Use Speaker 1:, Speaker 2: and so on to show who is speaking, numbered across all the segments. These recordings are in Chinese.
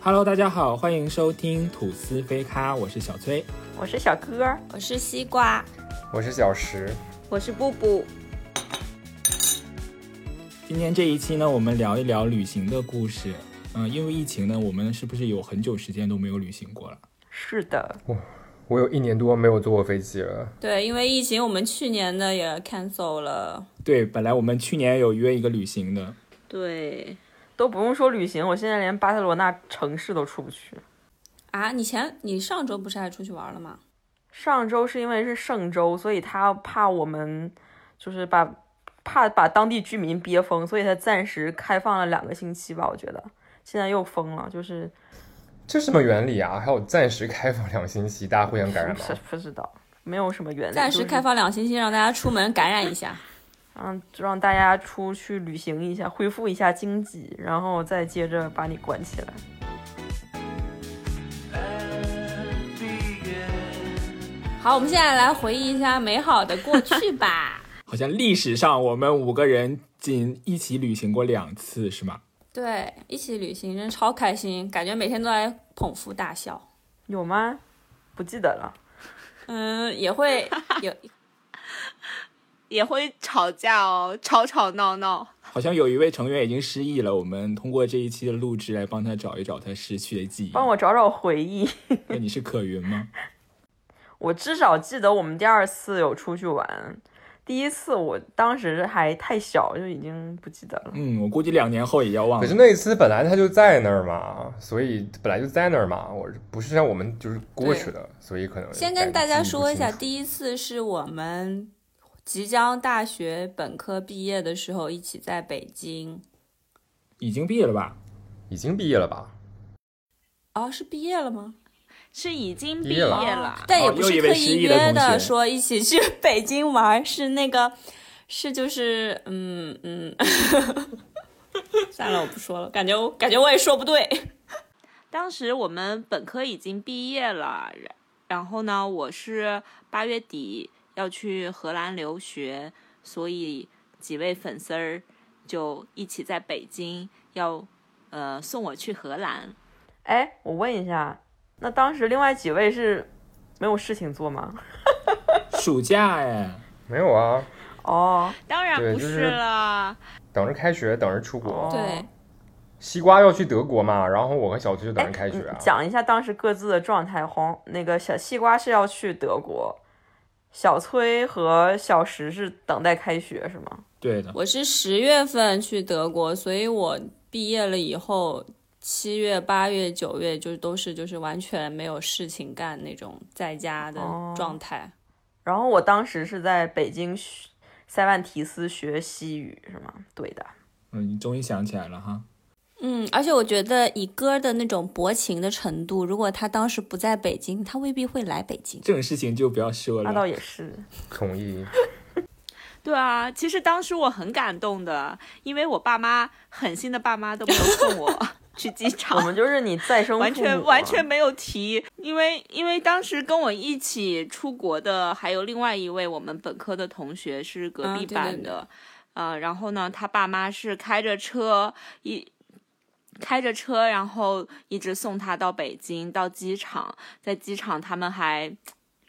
Speaker 1: Hello，大家好，欢迎收听吐司飞咖，我是小崔。
Speaker 2: 我是小哥，
Speaker 3: 我是西瓜，
Speaker 4: 我是小石，
Speaker 2: 我是布布。
Speaker 1: 今天这一期呢，我们聊一聊旅行的故事。嗯，因为疫情呢，我们是不是有很久时间都没有旅行过了？
Speaker 2: 是的，
Speaker 4: 我有一年多没有坐过飞机了。
Speaker 3: 对，因为疫情，我们去年的也 cancel 了。
Speaker 1: 对，本来我们去年有约一个旅行的，
Speaker 3: 对
Speaker 2: 都不用说旅行，我现在连巴塞罗那城市都出不去。
Speaker 3: 啊，你前你上周不是还出去玩了吗？
Speaker 2: 上周是因为是圣周，所以他怕我们就是把怕把当地居民憋疯，所以他暂时开放了两个星期吧。我觉得现在又封了，就是
Speaker 4: 这什么原理啊？还有暂时开放两星期，大家互相感 染吗？
Speaker 2: 是不知道，没有什么原理。
Speaker 3: 暂时
Speaker 2: 就是
Speaker 3: 开，放两星期，让大家出门感染一下。
Speaker 2: 嗯，就让大家出去旅行一下，恢复一下经济，然后再接着把你关起来。
Speaker 3: 好，我们现在来回忆一下美好的过 去吧。
Speaker 1: 好像历史上我们五个人仅一起旅行过两次，是吗？
Speaker 3: 对，一起旅行真超开心，感觉每天都在捧腹大笑。
Speaker 2: 有吗？不记得了。
Speaker 3: 嗯，也会有
Speaker 5: 也会吵架哦，吵吵闹闹。
Speaker 1: 好像有一位成员已经失忆了，我们通过这一期的录制来帮他找一找他失去的记忆。
Speaker 2: 帮我找找回忆。
Speaker 1: 那你是可云吗？
Speaker 2: 我至少记得我们第二次有出去玩，第一次我当时还太小，就已经不记得了。
Speaker 1: 嗯，我估计两年后也要忘
Speaker 4: 可是
Speaker 1: 了。
Speaker 4: 那一次本来他就在那儿嘛，所以本来就在那儿嘛，我不是像我们就是过去的，所以可能
Speaker 3: 先
Speaker 4: 感
Speaker 3: 跟
Speaker 4: 觉
Speaker 3: 大家
Speaker 4: 记忆不
Speaker 3: 说一下，
Speaker 4: 清楚
Speaker 3: 第一次是我们即将大学本科毕业的时候，一起在北京。
Speaker 1: 已经毕业了吧？
Speaker 4: 已经毕业了吧？
Speaker 3: 哦，是毕业了吗？
Speaker 5: 是已经
Speaker 4: 毕
Speaker 5: 毕
Speaker 4: 业
Speaker 5: 业
Speaker 4: 了
Speaker 5: 了，
Speaker 3: 但也
Speaker 1: 哦
Speaker 3: 不
Speaker 1: 又
Speaker 3: 是
Speaker 1: 一位
Speaker 3: 特
Speaker 1: 失
Speaker 3: 意
Speaker 1: 忆的
Speaker 3: 约
Speaker 1: 同学
Speaker 3: 的说一起去 北京玩，是那个是就是嗯嗯， 算了，我不说了，感觉感觉我也说不对。
Speaker 5: 当时我们本科已经毕业了，然然后呢，我是八月底要去荷兰留学，所以几位粉丝儿就一起在北京要呃送我去荷兰。
Speaker 2: 哎，我问一下，那当时另外几位是没有事情做吗？
Speaker 1: 暑假哎，
Speaker 4: 没有啊，
Speaker 2: 哦，
Speaker 5: 当然
Speaker 4: 对
Speaker 5: 不
Speaker 4: 就是
Speaker 5: 是啦，
Speaker 4: 等着开学，等着出国。
Speaker 2: 哦
Speaker 3: 对，
Speaker 4: 西瓜要去德国嘛，然后我和小崔就等
Speaker 2: 哎
Speaker 4: 着开学
Speaker 2: 嗯。
Speaker 4: 啊
Speaker 2: 讲一下当时各自的状态。黄那个小西瓜是要去德国，小崔和小石是等待开学是吗？
Speaker 1: 对的，
Speaker 3: 我是十月份去德国，所以我毕业了以后，七月、八月、九月就都是就是完全没有事情干那种在家的
Speaker 2: 哦
Speaker 3: 状态。
Speaker 2: 然后我当时是在北京学塞万提斯学西语是吗？对的。
Speaker 1: 嗯，你终于想起来了哈。
Speaker 3: 嗯，而且我觉得以歌的那种薄情的程度，如果他当时不在北京，他未必会来北京。
Speaker 1: 这种事情就不要说
Speaker 2: 啊那倒
Speaker 1: 了。
Speaker 2: 也是，
Speaker 4: 同意，
Speaker 5: 对啊，其实当时我很感动的，因为我爸妈狠心的爸妈都没有送我去机场
Speaker 2: 我。们就是你再生
Speaker 5: 完
Speaker 2: 父
Speaker 5: 全
Speaker 2: 母啊
Speaker 5: 完全没有提，因为因为当时跟我一起出国的还有另外一位我们本科的同学是隔
Speaker 3: 啊
Speaker 5: 壁
Speaker 3: 对对
Speaker 5: 班
Speaker 3: 对
Speaker 5: 的，呃，然后呢，他爸妈是开着车一。开着车，然后一直送他到北京，到机场，在机场他 们还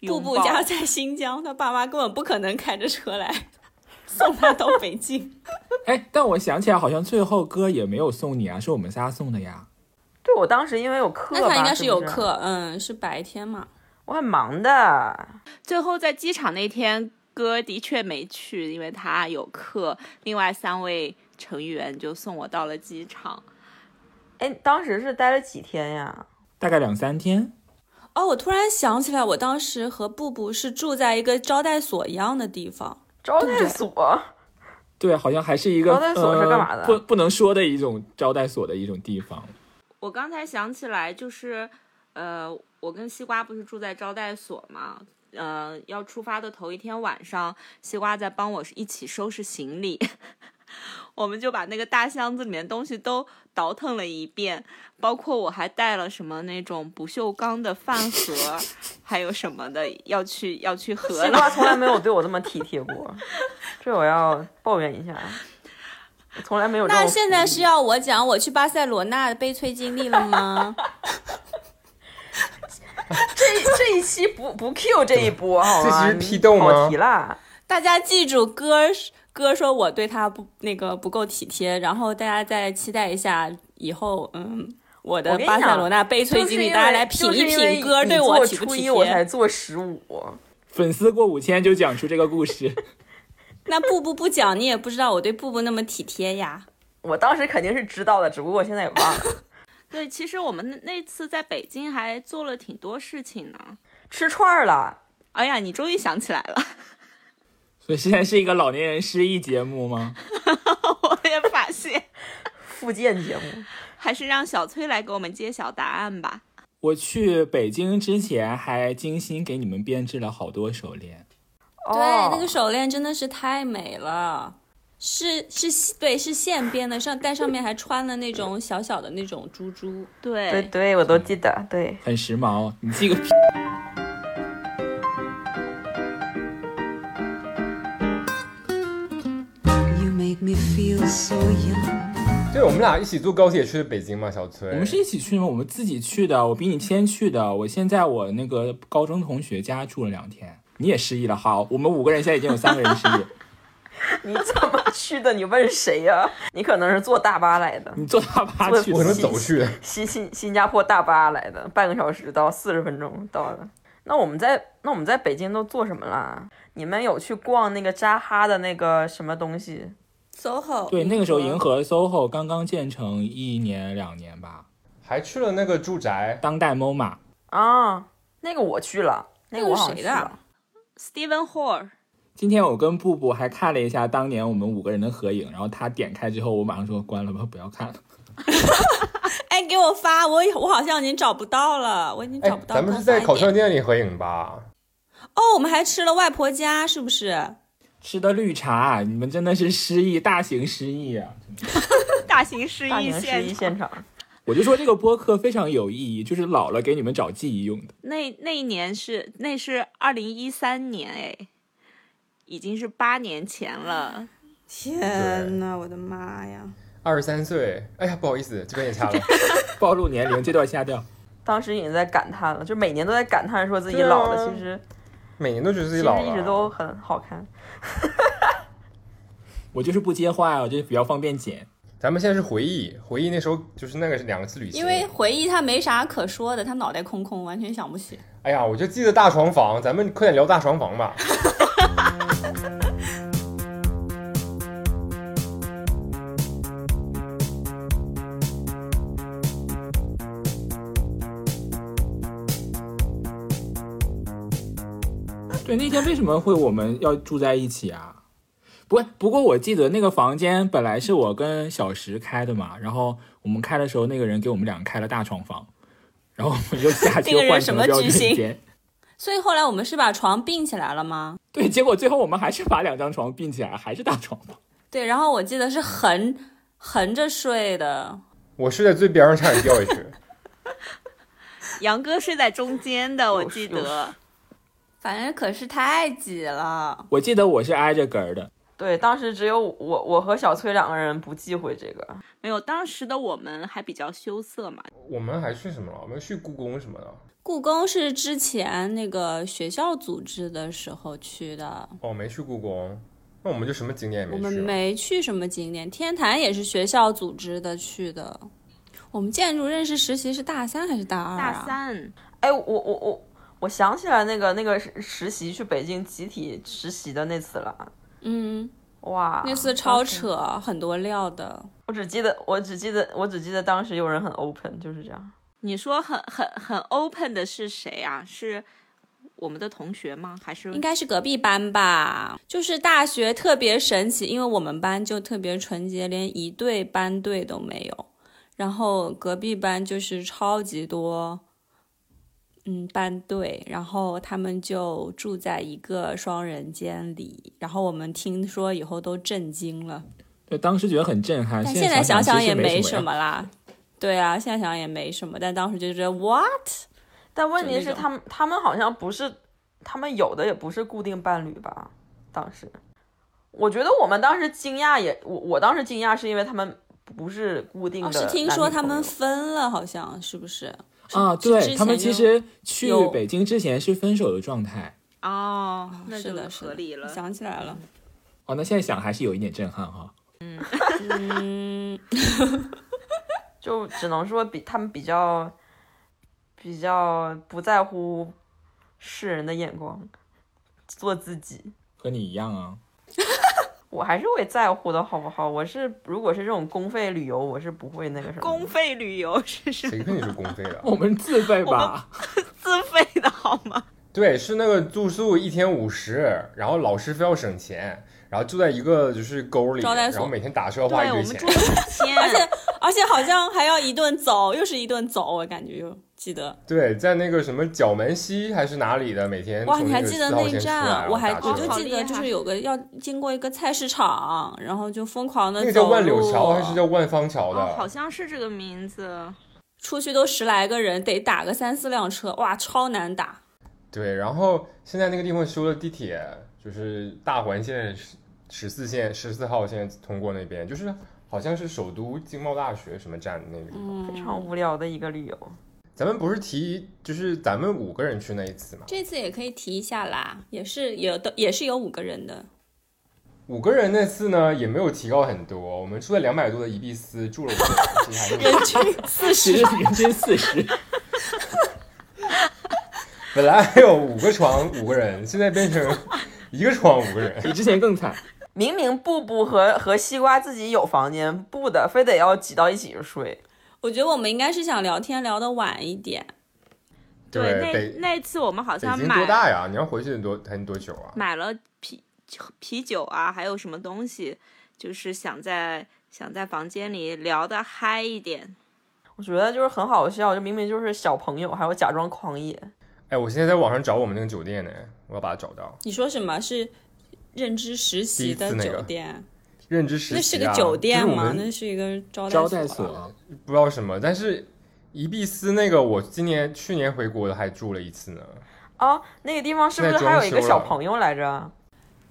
Speaker 3: 布
Speaker 5: 拥
Speaker 3: 布
Speaker 5: 抱
Speaker 3: 家在新疆，他爸妈根本不可能开着车来 送他到 北京。
Speaker 1: 哎，但我想起来，好像最后哥也没有送你啊，是我们仨送的呀。
Speaker 2: 对我当时因为有课吧，
Speaker 3: 那他应该
Speaker 2: 是
Speaker 3: 有
Speaker 2: 不是，
Speaker 3: 课，嗯，是白天嘛？
Speaker 2: 我很忙的。
Speaker 5: 最后在机场那天，哥的确没去，因为他有课。另外三位成员就送我到了机场。
Speaker 2: 哎，当时是待了几天呀？
Speaker 1: 大概两三天，
Speaker 3: 哦，我突然想起来，我当时和布布是住在一个招待所一样的地方。
Speaker 2: 招待所，
Speaker 1: 对，好像还是一个
Speaker 2: 招待所哦是干嘛的
Speaker 1: 呃、不不能说的一种招待所的一种地方。
Speaker 5: 我刚才想起来，就是，呃，我跟西瓜不是住在招待所嘛，呃，要出发的头一天晚上，西瓜在帮我一起收拾行李， 我们就把那个大箱子里面东西都倒腾了一遍，包括我还带了什么那种不锈钢的饭盒，还有什么的，要去要去荷
Speaker 2: 西
Speaker 5: 兰。
Speaker 2: 瓜从来没有对我这么体贴过，这我要抱怨一下。从来没有这种。
Speaker 3: 那现在是要我讲我去巴塞罗那的悲催经历了吗？
Speaker 2: 这这一期不不 Q 这一波好吗？
Speaker 4: 这期是批斗吗
Speaker 2: 跑题啦，
Speaker 3: 大家记住哥哥说我对他不那个不够体贴，然后大家再期待一下以后，嗯，我的
Speaker 2: 我跟你
Speaker 3: 巴塞
Speaker 2: 讲
Speaker 3: 罗那悲催经
Speaker 2: 就是因
Speaker 3: 历，
Speaker 2: 为
Speaker 3: 大家来品一
Speaker 2: 就是因为
Speaker 3: 品哥
Speaker 2: 你
Speaker 3: 对
Speaker 2: 做
Speaker 3: 体不
Speaker 2: 初
Speaker 3: 体
Speaker 2: 一我才
Speaker 3: 贴。
Speaker 2: 做十五，
Speaker 1: 粉丝过五千就讲出这个故事，
Speaker 3: 那布布不讲，你也不知道我对布布那么体贴呀。
Speaker 2: 我当时肯定是知道的，只不过我现在也忘了。
Speaker 5: 对，其实我们那那次在北京还做了挺多事情呢。
Speaker 2: 吃串儿了，
Speaker 5: 哎呀，你终于想起来了，
Speaker 1: 所以现在是一个老年人失忆节目吗？
Speaker 5: 我也发现，
Speaker 2: 复健节目，
Speaker 5: 还是让小崔来给我们揭晓答案吧。
Speaker 1: 我去北京之前还精心给你们编制了好多手链，
Speaker 3: 对，
Speaker 2: 哦
Speaker 3: 那个手链真的是太美了，是是，对，是线编的，上但上面还穿了那种小小的那种珠珠。
Speaker 5: 对
Speaker 2: 对对，我都记得，对，
Speaker 1: 很时髦。你记个屁！
Speaker 6: You make me feel so young.
Speaker 4: 对，我们俩一起坐高铁去的北京嘛，小崔。
Speaker 1: 我们是一起去吗？我们自己去的，我比你先去的。我先在我那个高中同学家住了两天。你也失忆了，好，我们五个人现在已经有三个人失忆。
Speaker 2: 你怎么去的？你问谁呀、你可能是坐大巴来的，
Speaker 1: 你坐大巴去
Speaker 4: 我可
Speaker 1: 的
Speaker 4: 能，走去的。
Speaker 2: 新新新加坡大巴来的，半个小时到四十分钟到了。那我们在那我们在北京都做什么啦？你们有去逛那个扎哈的那个什么东西？
Speaker 3: SOHO
Speaker 1: 对，那个时候银河 SOHO 刚刚建成一年两年吧，
Speaker 4: 还去了那个住宅，
Speaker 1: 当代 MOMA
Speaker 2: 啊，那个我去了，那个我好像去
Speaker 3: 那个
Speaker 2: 了
Speaker 3: 谁的。
Speaker 5: Steven Hall，
Speaker 1: 今天我跟布布还看了一下当年我们五个人的合影，然后他点开之后，我马上说关了吧，不要看了。
Speaker 3: 哎，给我发，我我好像已经找不到了，我已经
Speaker 4: 哎
Speaker 3: 找不，到。
Speaker 4: 咱们是在
Speaker 3: 给我
Speaker 4: 烤
Speaker 3: 发一点
Speaker 4: 串店里合影吧？
Speaker 3: 哦，我们还吃了外婆家，是不是？
Speaker 1: 吃的绿茶，啊你们真的是失忆，大型失忆啊！
Speaker 5: 大型失
Speaker 2: 大
Speaker 5: 忆
Speaker 2: 型十一
Speaker 5: 现场。
Speaker 2: 现场，
Speaker 1: 我就说这个播客非常有意义，就是老了给你们找记忆用的。
Speaker 5: 那那一年是那是二零一三年哎，已经是八年前了。
Speaker 4: 天
Speaker 3: 呐，我的妈呀！
Speaker 4: 二十三岁，哎呀，不好意思，这边也掐了。
Speaker 1: 暴露年龄，这段下掉。
Speaker 2: 当时已经在感叹了，就每年都在感叹说自己
Speaker 4: 对啊
Speaker 2: 老了，其实
Speaker 4: 每年都觉得自
Speaker 2: 其
Speaker 4: 己
Speaker 2: 实
Speaker 4: 老
Speaker 2: 一
Speaker 4: 了，
Speaker 2: 直都很好看。
Speaker 1: 我就是不接话啊，我就是比较方便剪。
Speaker 4: 咱们现在是回忆，回忆那时候就是那个两次旅行。
Speaker 3: 因为回忆他没啥可说的，他脑袋空空，完全想不起。
Speaker 4: 哎呀，我就记得大床房，咱们快点聊大床房吧。
Speaker 1: 对，那天为什么会我们要住在一起啊？不过，不过我记得那个房间本来是我跟小石开的嘛，然后我们开的时候，那个人给我们俩开了大床房，然后我们就下
Speaker 3: 那
Speaker 1: 去
Speaker 3: 个人
Speaker 1: 换成了
Speaker 3: 什么
Speaker 1: 标
Speaker 3: 居
Speaker 1: 准
Speaker 3: 心
Speaker 1: 间。
Speaker 3: 所以后来我们是把床并起来了吗？
Speaker 1: 对，结果最后我们还是把两张床并起来，还是大床房。
Speaker 3: 对，然后我记得是横横着睡的，
Speaker 4: 我睡在最边上，差点掉下去。
Speaker 5: 杨哥睡在中间的，我
Speaker 2: 又是
Speaker 5: 记
Speaker 2: 又
Speaker 5: 得。
Speaker 3: 反正可是太挤了。
Speaker 1: 我记得我是挨着格儿的，
Speaker 2: 对，当时只有我我和小崔两个人不忌讳这个，
Speaker 5: 没有，当时的我们还比较羞涩嘛。
Speaker 4: 我们还去什么了？我们去故宫什么的。
Speaker 3: 故宫是之前那个学校组织的时候去的，
Speaker 4: 哦，没去故宫，那我们就什么景点也
Speaker 3: 我
Speaker 4: 去啊
Speaker 3: 们
Speaker 4: 了。
Speaker 3: 没去什么景点，天坛也是学校组织的去的。我们建筑认识实习是大三还是大二、啊？
Speaker 5: 大三，
Speaker 2: 哎，我我我我想起来那个那个实实习去北京集体实习的那次了，
Speaker 3: 嗯，
Speaker 2: 哇，
Speaker 3: 那次超扯，
Speaker 5: 哦
Speaker 3: 很多料的。
Speaker 2: 我只记得我只记得我只记得当时有人很 open，就是这样。
Speaker 5: 你说很很很 open 的是谁啊？是我们的同学吗？还是
Speaker 3: 应该是隔壁班吧，就是大学特别神奇，因为我们班就特别纯洁，连一对班队都没有。然后隔壁班就是超级多，嗯，班队，然后他们就住在一个双人间里。然后我们听说以后都震惊了，
Speaker 1: 对，当时觉得很震撼。
Speaker 3: 但
Speaker 1: 现
Speaker 3: 现在
Speaker 1: 想
Speaker 3: 想
Speaker 1: 其实
Speaker 3: 也没
Speaker 1: 没
Speaker 3: 什
Speaker 1: 么呀。
Speaker 3: 么啦。对啊，现在想想也没什么，但当时就觉得 what？
Speaker 2: 但问题
Speaker 3: 就那
Speaker 2: 是
Speaker 3: 种
Speaker 2: 他们他们好像不是，他们有的也不是固定伴侣吧？当时我觉得我们当时惊讶也，我我当时惊讶是因为他们不是固定的、
Speaker 3: 哦，是听说他们分了，好像是不是？
Speaker 1: 啊，
Speaker 3: 是之
Speaker 1: 对
Speaker 3: 前
Speaker 1: 他们其实去
Speaker 3: 有
Speaker 1: 北京之前是分手的状态。
Speaker 5: 哦，那
Speaker 3: 是
Speaker 5: 就
Speaker 3: 的，是
Speaker 5: 合
Speaker 3: 的
Speaker 5: 理了。
Speaker 3: 想起来了，
Speaker 1: 哦，那现在想还是有一点震撼哈。
Speaker 3: 嗯，
Speaker 2: 就只能说比他们比较比较不在乎世人的眼光，做自己。
Speaker 1: 和你一样啊，
Speaker 2: 我还是会在乎的，好不好？我是如果是这种公费旅游，我是不会那个什么的。
Speaker 5: 公费旅 游是什
Speaker 4: 谁
Speaker 5: 么？
Speaker 4: 跟你是公费的？
Speaker 1: 我们自费吧。
Speaker 5: 自费的好吗？
Speaker 4: 对，是那个住宿一天五十，然后老师非要省钱，然后住在一个就是沟里，
Speaker 3: 招待
Speaker 4: 然
Speaker 3: 所
Speaker 4: 后每天打车 花一
Speaker 5: 对，我
Speaker 4: 堆钱
Speaker 5: 们住。五 千，
Speaker 3: 而且而且好像还要一顿走，又是一顿走，我感觉又记得。
Speaker 4: 对，在那个什么角门西还是哪里的，每天
Speaker 3: 哇，
Speaker 4: 从
Speaker 3: 你
Speaker 4: 那
Speaker 3: 还
Speaker 4: 个
Speaker 3: 记得
Speaker 4: 4
Speaker 3: 那
Speaker 4: 号
Speaker 3: 一
Speaker 4: 线出来然
Speaker 3: 站？啊
Speaker 4: 后
Speaker 3: 我还
Speaker 4: 打
Speaker 3: 我
Speaker 4: 车
Speaker 3: 就记得，就是有个要经过一个菜市场，然后就疯狂的
Speaker 4: 那个叫万柳桥还是叫万方桥的？
Speaker 5: 哦，好像是这个名字。
Speaker 3: 出去都十来个人，得打个三四辆车，哇，超难打。
Speaker 4: 对，然后现在那个地方修了地铁，就是大环线十十四线十四号线通过那边，就是好像是首都经贸大学什么站那个地
Speaker 3: 嗯
Speaker 4: 方。
Speaker 2: 非常无聊的一个旅游。
Speaker 4: 咱们不是提就是咱们五个人去那一次嘛？
Speaker 3: 这次也可以提一下啦，也是有的，也是有五个人的。
Speaker 4: 五个人那次呢也没有提高很多，我们住在两百多的宜必思住了五个人，其 实还是
Speaker 1: 四十，平均四十。
Speaker 4: 本来还有五个床五个人，现在变成一个床五 个人。
Speaker 1: 比之前更惨。
Speaker 2: 明明布布和和西瓜自己有房间，布的非得要挤到一起去睡。
Speaker 3: 我觉得我们应该是想聊天聊得晚一点，
Speaker 4: 北
Speaker 5: 那那次我们好
Speaker 4: 北
Speaker 5: 像
Speaker 4: 京多大
Speaker 5: 买
Speaker 4: 呀？你要回去多还多久啊？
Speaker 5: 买了啤啤酒啊，还有什么东西，就是想在想在房间里聊得嗨一点。
Speaker 2: 我觉得就是很好笑，就明明就是小朋友，还要假装狂野。
Speaker 4: 哎，我现在在网上找我们那个酒店呢，我要把它找到。
Speaker 3: 你说什么是认知实习的
Speaker 4: 第一次那个
Speaker 3: 酒店？
Speaker 4: 认知实习、啊、
Speaker 3: 那是个酒店
Speaker 4: 就是我
Speaker 3: 吗？
Speaker 4: 们
Speaker 3: 那是一个招
Speaker 1: 招
Speaker 3: 待
Speaker 1: 待
Speaker 3: 所。
Speaker 1: 所，
Speaker 4: 不知道什么，但是宜必思那个，我今年去年回国的还住了一次呢。
Speaker 2: 哦，那个地方是不是
Speaker 4: 现在
Speaker 2: 还有一个
Speaker 4: 装修
Speaker 2: 小
Speaker 4: 了嗯
Speaker 2: 朋友来着？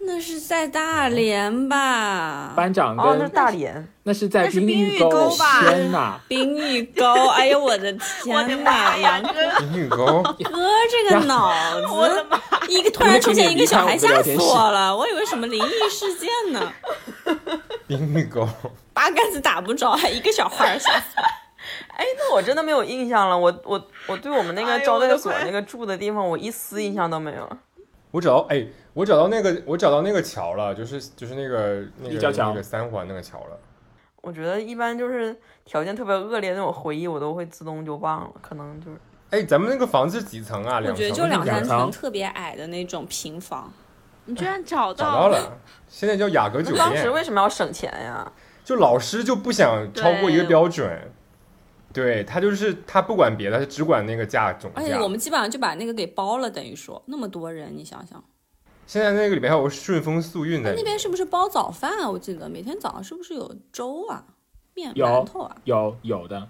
Speaker 3: 那是在大连吧？
Speaker 1: 班长
Speaker 2: 哦，那是
Speaker 1: 跟
Speaker 2: 大连。
Speaker 1: 那是在
Speaker 5: 那是
Speaker 1: 冰
Speaker 5: 冰
Speaker 1: 玉
Speaker 5: 玉沟吧
Speaker 1: 天哪！
Speaker 3: 冰玉沟，哎呦 我的天呐，杨哥
Speaker 4: 英 语沟，
Speaker 3: 这个脑子，一 个突然出现一个小孩，吓死我了，我以为什么灵异事件呢，
Speaker 4: 英语沟，
Speaker 3: 八竿子打不着，还一个小孩，吓死我了。
Speaker 2: 哎，那我真的没有印象了。我我我对我们那
Speaker 5: 哎
Speaker 2: 个
Speaker 5: 呦
Speaker 2: 招
Speaker 5: 我
Speaker 2: 待
Speaker 5: 的
Speaker 2: 所
Speaker 5: 乖
Speaker 2: 那个住的地方，我一丝印象都没有。
Speaker 4: 我找到哎，我找到那个，我找到那个桥了，就是就是那个那
Speaker 1: 立交
Speaker 4: 个
Speaker 1: 桥
Speaker 4: 那个三环那个桥了。
Speaker 2: 我觉得一般就是条件特别恶劣的那种回忆，我都会自动就忘了，可能就是。
Speaker 4: 哎，咱们那个房子是几层啊？
Speaker 3: 我
Speaker 4: 两
Speaker 3: 觉
Speaker 4: 层
Speaker 3: 得就两
Speaker 1: 两
Speaker 3: 三
Speaker 1: 层
Speaker 3: 层特别矮的那种平房，
Speaker 5: 你居然找
Speaker 4: 找
Speaker 5: 到
Speaker 4: 到了，现在叫雅阁酒
Speaker 2: 那当时为
Speaker 4: 店。
Speaker 2: 什么要省钱呀？
Speaker 4: 就老师就不想超过一个标准，对他就是他不管别的，他只管那个价总
Speaker 3: 而且
Speaker 4: 价
Speaker 3: 我。们基本上就把那个给包了，等于说那么多人，你想想，
Speaker 4: 现在那个里面还有顺丰速运在
Speaker 3: 啊那
Speaker 4: 里面。
Speaker 3: 边是不是包早饭啊？我记得每天早上是不是有粥啊、面
Speaker 1: 有
Speaker 3: 馒头啊？
Speaker 1: 有有的，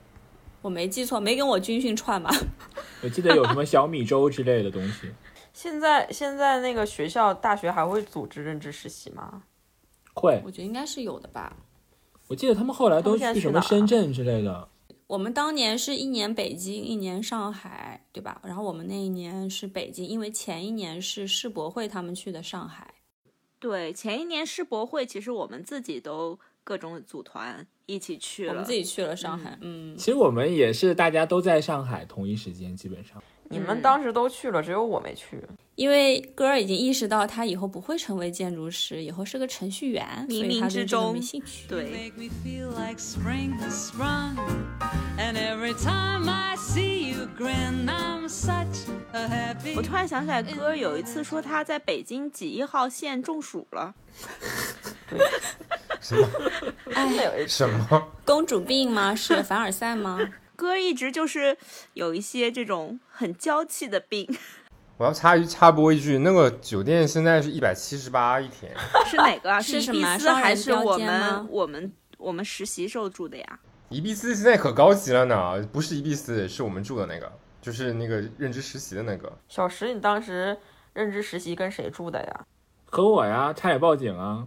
Speaker 3: 我没记错，没跟我军训串吧？
Speaker 1: 我记得有什么小米粥之类的东西。
Speaker 2: 现在现在那个学校大学还会组织认知实习吗？
Speaker 1: 会，
Speaker 3: 我觉得应该是有的吧。
Speaker 1: 我记得他们后来都
Speaker 2: 他们现在
Speaker 1: 去
Speaker 2: 去
Speaker 1: 什
Speaker 2: 哪
Speaker 1: 么
Speaker 2: 儿
Speaker 1: 深圳之类的。
Speaker 3: 我们当年是一年北京，一年上海，对吧？然后我们那一年是北京，因为前一年是世博会他们去的上海。
Speaker 5: 对，前一年世博会，其实我们自己都各种组团一起去了。
Speaker 3: 我们自己去了上海，嗯，
Speaker 1: 其实我们也是大家都在上海同一时间，基本上。
Speaker 2: 你
Speaker 5: 嗯
Speaker 2: 们当时都去了，只有我没去。
Speaker 3: 因为哥儿已经意识到他以后不会成为建筑师，以后是个程序员，
Speaker 5: 冥
Speaker 3: 所以
Speaker 5: 冥
Speaker 3: 他
Speaker 5: 之
Speaker 3: 对这个
Speaker 5: 中
Speaker 3: 没兴趣。
Speaker 6: You
Speaker 5: 对，
Speaker 6: make me feel like spring has sprung. And every time I see you grin, I'm such a happy.
Speaker 5: 我突然想起来，哥儿有一次说他在北京几一号线中暑了，
Speaker 4: 什么
Speaker 2: 真的有一
Speaker 4: 什么？
Speaker 3: 公主 病吗？是凡尔赛吗？
Speaker 5: 哥儿一直就是有一些这种很娇气的病，
Speaker 4: 我要插一插播一句，那个酒店现在是一百七十八一天，
Speaker 5: 是哪个啊？
Speaker 3: 是什
Speaker 5: 比
Speaker 3: 么
Speaker 5: 斯
Speaker 3: 双人
Speaker 5: 还是
Speaker 3: 标
Speaker 5: 我
Speaker 3: 间吗
Speaker 5: 们我们我们实习时候住的呀？
Speaker 4: 宜必思现在可高级了呢，不是宜必思，是我们住的那个，就是那个认知实习的那个。
Speaker 2: 小石，你当时认知实习跟谁住的呀？
Speaker 1: 和我呀，差点报警啊！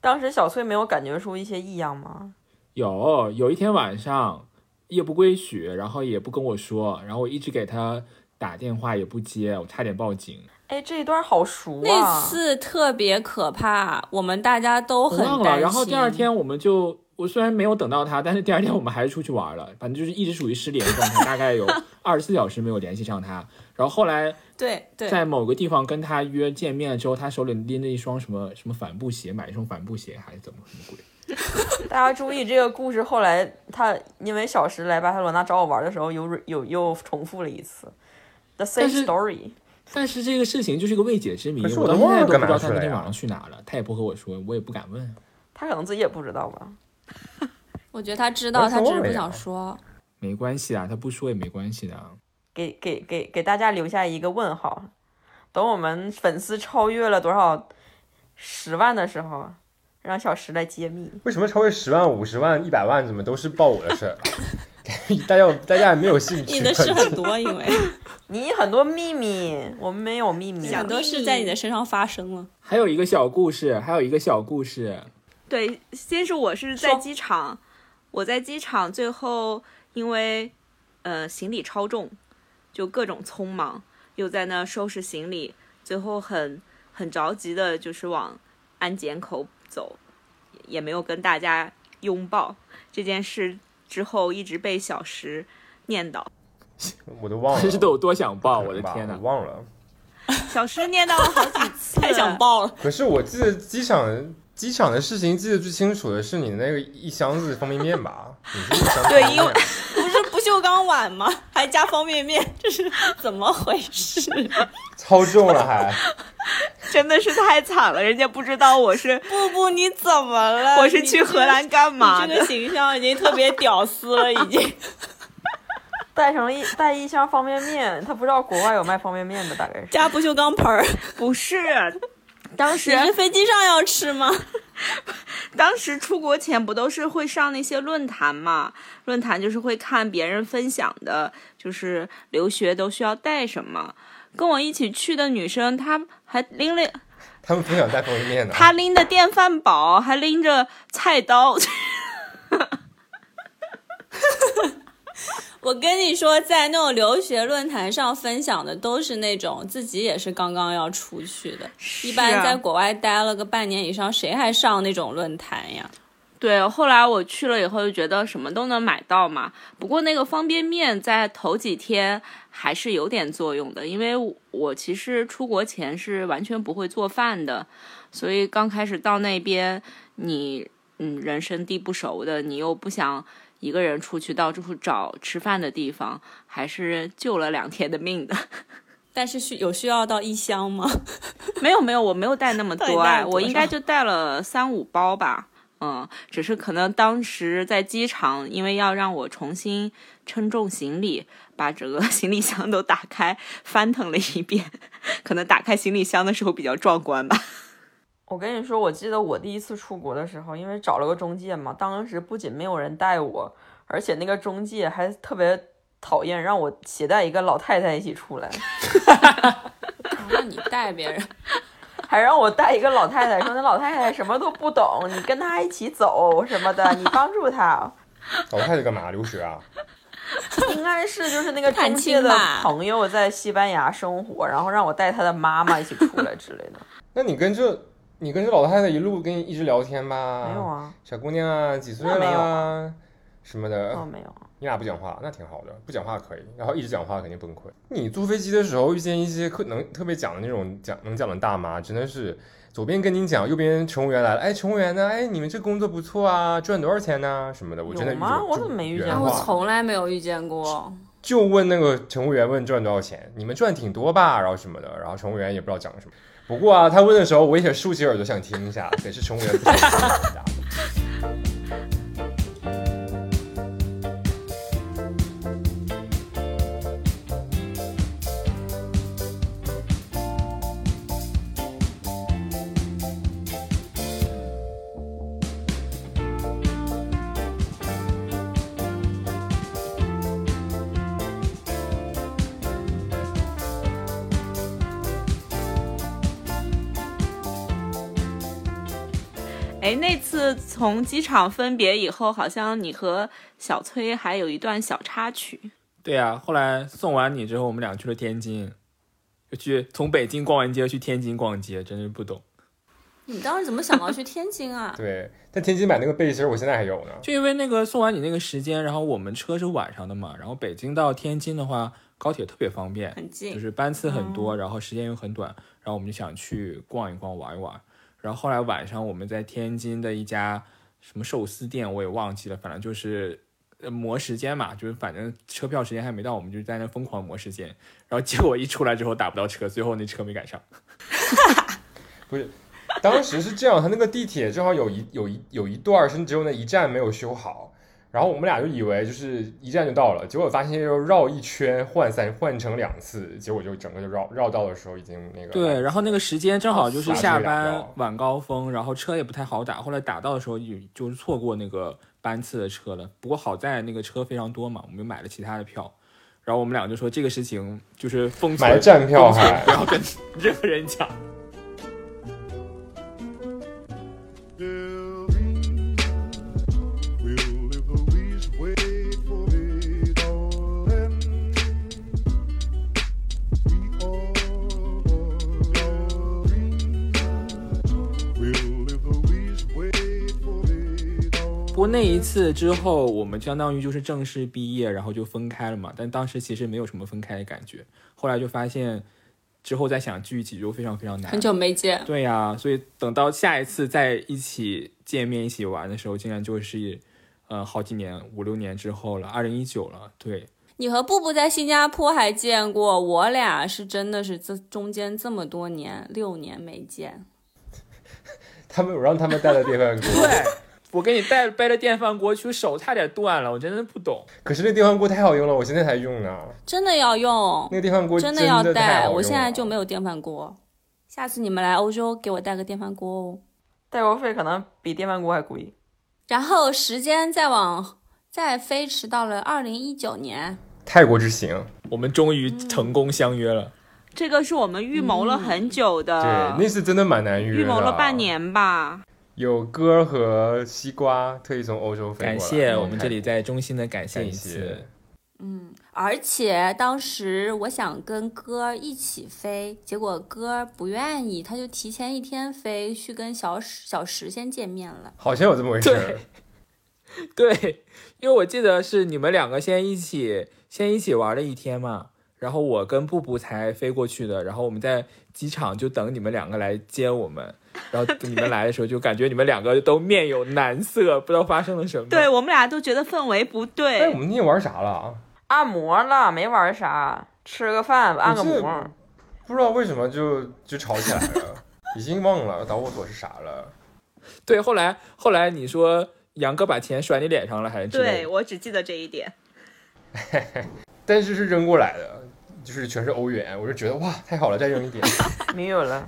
Speaker 2: 当时小翠没有感觉出一些异样吗？
Speaker 1: 有有一天晚上夜不归宿，然后也不跟我说，然后我一直给他打电话也不接，我差点报警。
Speaker 2: 哎，这一段好熟啊！
Speaker 3: 那次特别可怕，我们大家都
Speaker 1: 我
Speaker 3: 很
Speaker 1: 忘
Speaker 3: 担
Speaker 1: 了。
Speaker 3: 心。
Speaker 1: 然后第二，天我们就，我虽然没有等到他，但是第二天我们还是出去玩了，反正就是一直属于失联状态，大概 有二十四小时没有联系上他。然后后来
Speaker 3: 对对，
Speaker 1: 在某个地方跟他约见面了之后，他手里拎着一双什么什么帆布鞋，买一双帆布鞋还是怎么什么鬼？
Speaker 2: 大家注意，这个故事后来他因为小时来巴塞罗那找我玩的时候，有有又重复了一次，the
Speaker 1: 但
Speaker 2: same
Speaker 1: 是
Speaker 2: story。
Speaker 1: 但是这个事情就是一个未解之谜，
Speaker 4: 可是
Speaker 1: 我
Speaker 4: 我都
Speaker 1: 到现
Speaker 4: 忘
Speaker 1: 在
Speaker 4: 了
Speaker 1: 都
Speaker 4: 干
Speaker 1: 不知道
Speaker 4: 嘛
Speaker 1: 他
Speaker 4: 去
Speaker 1: 那
Speaker 4: 了
Speaker 1: 天
Speaker 4: 呀
Speaker 1: 晚上去哪了，他也不和我说，我也不敢问。
Speaker 2: 他可能自己也不知道吧。
Speaker 3: 我觉得他知道，
Speaker 4: 我
Speaker 3: 他只是不
Speaker 4: 说了
Speaker 3: 想
Speaker 4: 呀
Speaker 3: 说。
Speaker 1: 没关系啊，他不说也没关系的。啊
Speaker 2: 给给给给大家留下一个问号。等我们粉丝超越了多少十万的时候，让小石来揭秘。
Speaker 4: 为什么超越十万、五十万、一百万，怎么都是报我的事儿？ 大家大家也没有兴趣。
Speaker 3: 你的事很多，因为
Speaker 2: 你很多秘密，我们没有秘密。
Speaker 3: 很多事在你的身上发生 了。
Speaker 1: 还有一个小故事，还有一个小故事，
Speaker 5: 对，先是我是在
Speaker 2: 说
Speaker 5: 机场，我在机场，最后因为呃行李超重，就各种匆忙，又在那收拾行李，最后很很着急的，就是往安检口走，也没有跟大家拥抱这件事。之后一直被小石念叨，
Speaker 4: 我都 忘了，
Speaker 1: 真是都有多想报，我
Speaker 4: 可
Speaker 1: 的
Speaker 4: 能吧
Speaker 1: 天
Speaker 4: 我
Speaker 1: 哪！
Speaker 4: 忘了。
Speaker 5: 小石念叨了好几 次，
Speaker 3: 太想爆 了，
Speaker 4: 可是我记得机场机场的事情记得最清楚的是你那个一箱子方便面 吧？你是一箱子
Speaker 3: 对
Speaker 4: 方便
Speaker 3: 因为
Speaker 4: 面
Speaker 3: 不是不锈钢碗吗？还加方便 面，这是怎么回事？
Speaker 4: 超重了还，
Speaker 5: 真的是太惨了，人家不知道我是
Speaker 3: 布布，你怎么了？
Speaker 5: 我是
Speaker 3: 你
Speaker 5: 去
Speaker 3: 这
Speaker 5: 荷兰干嘛
Speaker 3: 你
Speaker 5: 的
Speaker 3: 这。个形象已经特别屌丝了，已 经。
Speaker 2: 带上了一带一箱方便面，他不知道国外有卖方便面的，大概是。
Speaker 3: 加不锈钢 盆儿，
Speaker 5: 不是，当时
Speaker 3: 你是飞机上要吃吗？
Speaker 5: 当时出国前不都是会上那些论坛嘛？论坛就是会看别人分享的，就是留学都需要带什么。跟我一起去的女生，她还拎了，
Speaker 4: 他们分享带方便面的。
Speaker 5: 她拎着电饭煲，还拎着菜刀，
Speaker 3: 我跟你说，在那种留学论坛上分享的都是那种自己也是刚刚要出去的，一般在国外待了个半年以上，谁还上那种论坛呀？
Speaker 5: 对，后来我去了以后就觉得什么都能买到嘛。不过那个方便面在头几天还是有点作用的，因为我其实出国前是完全不会做饭的，所以刚开始到那边，你嗯人生地不熟的，你又不想一个人出去到处找吃饭的地方，还是救了两天的命的。
Speaker 3: 但是需有需要到一箱吗？
Speaker 5: 没有没有，我没有带那么
Speaker 3: 到底
Speaker 5: 多
Speaker 3: 带了
Speaker 5: 哎，
Speaker 3: 多
Speaker 5: 我应该
Speaker 3: 少
Speaker 5: 就带了三五包吧。嗯，只是可能当时在机场，因为要让我重新称重行李，把整个行李箱都打开翻腾了一遍， 可能打开行李箱的时候比较壮观吧。
Speaker 2: 我跟你说，我记得我第一次出国的时候，因为找了个中介嘛，当时不仅没有人带我，而且那个中介还特别讨厌，让我携带一个老太太一起出来。
Speaker 3: 让哦你带别 人，
Speaker 2: 还让我带一个老太太，说那老太太什么都不懂，你跟她一起走什么的，你帮助她。
Speaker 4: 老太太干嘛？留学啊？
Speaker 2: 应该是就是那个
Speaker 3: 探
Speaker 2: 中介
Speaker 3: 亲
Speaker 2: 的
Speaker 3: 吧
Speaker 2: 朋友在西班牙生活，然后让我带她的妈妈一起出来之类的。
Speaker 4: 那你跟这你跟这老太太一路跟你一直聊天吧？
Speaker 2: 没有，啊，
Speaker 4: 小姑娘啊，几岁
Speaker 2: 那没有
Speaker 4: 啦？什么的，
Speaker 2: 那没有啊。
Speaker 4: 你俩不讲话，那挺好的。不讲话可以，然后一直讲话肯定崩溃。你坐飞机的时候遇见一些可能特别讲的那种讲能讲的大妈，真的是左边跟你讲，右边乘务员来了，哎，乘务员呢？哎，你们这工作不错啊，赚多少钱呢？什么的，我真的
Speaker 2: 有吗
Speaker 4: 遇见
Speaker 2: 我怎么没遇见
Speaker 4: 原
Speaker 2: 过
Speaker 4: 话
Speaker 2: 我
Speaker 3: 来没有遇见过。
Speaker 4: 就问那个乘务员问赚多少钱，你们赚挺多吧，然后什么的，然后乘务员也不知道讲什么。不过啊，他问的时候，我也竖起耳朵想听一下， 可是乘务员不想回答。
Speaker 5: 哎，那次从机场分别以后，好像你和小崔还有一段小插曲。
Speaker 1: 对呀、后来送完你之后，我们俩去了天津，就去从北京逛完街去天津逛街，真是不懂。
Speaker 3: 你们当时怎么想到去天津啊？
Speaker 4: 对，但天津买那个背心儿，我现在还有呢。
Speaker 1: 就因为那个送完你那个时间，然后我们车是晚上的嘛，然后北京到天津的话，高铁特别方便，
Speaker 3: 很
Speaker 1: 就
Speaker 3: 近，嗯
Speaker 1: 是班次很多，然后时间又很短，然后我们就想去逛一逛、玩一玩。然后后来晚上我们在天津的一家什么寿司店，我也忘记了，反正就是呃磨时间嘛，就是反正车票时间还没到，我们就在那疯狂磨时间。然后结果一出来之后打不到车，最后那车没赶上。
Speaker 4: 当时是这样，他那个地铁正好有一有一有一段儿是只有那一站没有修好，然后我们俩就以为就是一站就到了，结果发现又绕一圈换三换乘两次，结果就整个就绕绕道的时候已经那个
Speaker 1: 对，然后那个时间正好就是
Speaker 4: 打车
Speaker 1: 下
Speaker 4: 也打不
Speaker 1: 班
Speaker 4: 到
Speaker 1: 晚高峰，然后车也不太好打，后来打到的时候也就是错过那个班次的车了。不过好在那个车非常多嘛，我们又买了其他的票。然后我们俩就说这个事情就是封存
Speaker 4: 买了站票
Speaker 1: 封存
Speaker 4: 还
Speaker 1: 不要跟 任何人讲。
Speaker 7: Delvey will live a ways wait for me, darling. We all will live a ways wait for me,
Speaker 1: 不过
Speaker 7: darling.
Speaker 1: 那一次之后，我们相当于就是正式毕业，然后就分开了嘛。但当时其实没有什么分开的感觉，后来就发现之后再想聚一起就非常非常难。
Speaker 3: 很久没见，
Speaker 1: 对呀、所以等到下一次再一起见面、一起玩的时候，竟然就是，呃，好几年、五六年之后了，二零一九了。对，
Speaker 3: 你和布布在新加坡还见过，我俩是真的是这中间这么多年，六年没见。
Speaker 4: 他们我让他们带了电饭锅，
Speaker 1: 我给你带背了电饭锅去，手差点断了，我真的不懂。
Speaker 4: 可是那电饭锅太好用了，我现在还用呢。
Speaker 3: 真的要用
Speaker 4: 那，个电饭锅
Speaker 3: 真
Speaker 4: 的
Speaker 3: 要
Speaker 4: 太好
Speaker 3: 带，
Speaker 4: 用
Speaker 3: 我现在
Speaker 4: 了
Speaker 3: 就没有电饭锅。下次你们来欧洲，给我带个电饭锅哦。
Speaker 2: 代购费可能比电饭锅还贵。
Speaker 3: 然后时间再往再飞驰到了二零一九年，
Speaker 4: 泰国之行，
Speaker 1: 我们终于
Speaker 4: 嗯
Speaker 1: 成功相约了，
Speaker 5: 这个是我们预谋了很久
Speaker 4: 嗯对，
Speaker 5: 的，
Speaker 1: 啊
Speaker 4: 那次真的蛮难约的。
Speaker 5: 预谋了半，年吧。
Speaker 4: 有歌和西瓜特意从欧洲飞过来
Speaker 1: 感谢
Speaker 4: 嗯
Speaker 1: 我们这里在衷心的感谢
Speaker 4: 感
Speaker 1: 一
Speaker 4: 谢
Speaker 1: 次。。
Speaker 3: 而且当时我想跟哥一起飞，结果哥不愿意，他就提前一天飞去跟小史小石先见面了。
Speaker 4: 好像有这么回事儿
Speaker 1: 对， 对，因为我记得是你们两个先一起先一起玩了一天嘛，然后我跟布布才飞过去的，然后我们在机场就等你们两个来接我们，然 后等你们来的时候就感觉你们两个都面有难色，不知道发生了什么。
Speaker 5: 对我们俩都觉得氛围不
Speaker 4: 哎，
Speaker 5: 对
Speaker 4: 我，们那天玩啥了啊？
Speaker 2: 按摩了，没玩啥，吃个饭，按个
Speaker 4: 这
Speaker 2: 摩。
Speaker 4: 不知道为什么就就吵起来 了，已经忘了导火索是啥了。
Speaker 1: 对，后来后来你说杨哥把钱甩你脸上了，还是之类
Speaker 5: 对
Speaker 1: 的
Speaker 5: 我只记得这一点。
Speaker 4: 但是是扔过来的，就是全是欧元，我就觉得哇，太好了，再扔 一点。
Speaker 2: 没有了，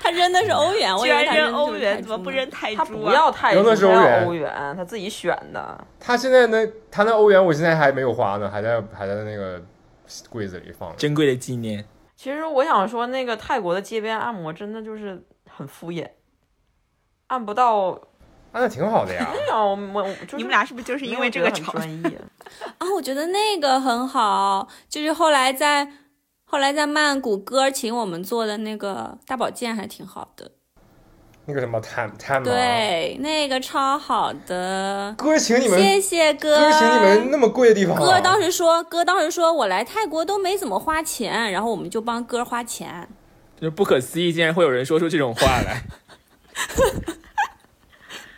Speaker 3: 他扔的是欧元，啊我以
Speaker 5: 居
Speaker 3: 为
Speaker 5: 然
Speaker 3: 他
Speaker 5: 扔
Speaker 3: 的
Speaker 5: 欧
Speaker 3: 是
Speaker 5: 元，
Speaker 3: 泰
Speaker 5: 怎么
Speaker 3: 铢
Speaker 5: 不
Speaker 3: 呢
Speaker 5: 扔泰
Speaker 2: 他
Speaker 5: 铢
Speaker 2: 不
Speaker 5: 啊？
Speaker 2: 要泰
Speaker 4: 有
Speaker 2: 铢，
Speaker 4: 的是
Speaker 2: 他
Speaker 4: 欧
Speaker 2: 要
Speaker 4: 元
Speaker 2: 欧元，他自己选的。
Speaker 4: 他现在呢，他那欧元我现在还没有花呢，还在还在那个柜子里放着。
Speaker 1: 珍贵的纪念。
Speaker 2: 其实我想说，那个泰国的街边按摩真的就是很敷衍，按不到。哎
Speaker 4: 啊，那挺好的呀。
Speaker 2: 哎呀，我我就是
Speaker 5: 你们俩是不是就是
Speaker 2: 没
Speaker 5: 因
Speaker 2: 有
Speaker 5: 为
Speaker 2: 觉
Speaker 5: 这
Speaker 2: 得
Speaker 5: 个
Speaker 2: 很
Speaker 5: 吵？
Speaker 2: 专业。
Speaker 3: 啊，我觉得那个很好，就是后来在后来在曼谷哥请我们做的那个大保健还挺好的，
Speaker 4: 那个什么 time time 啊，
Speaker 3: 对，那个超好的，
Speaker 4: 哥请你们，
Speaker 3: 谢谢哥，
Speaker 4: 哥请你们那么贵的地方、啊。
Speaker 3: 哥当时说，哥当时说我来泰国都没怎么花钱，然后我们就帮哥花钱。
Speaker 1: 就是不可思议，竟然会有人说出这种话来。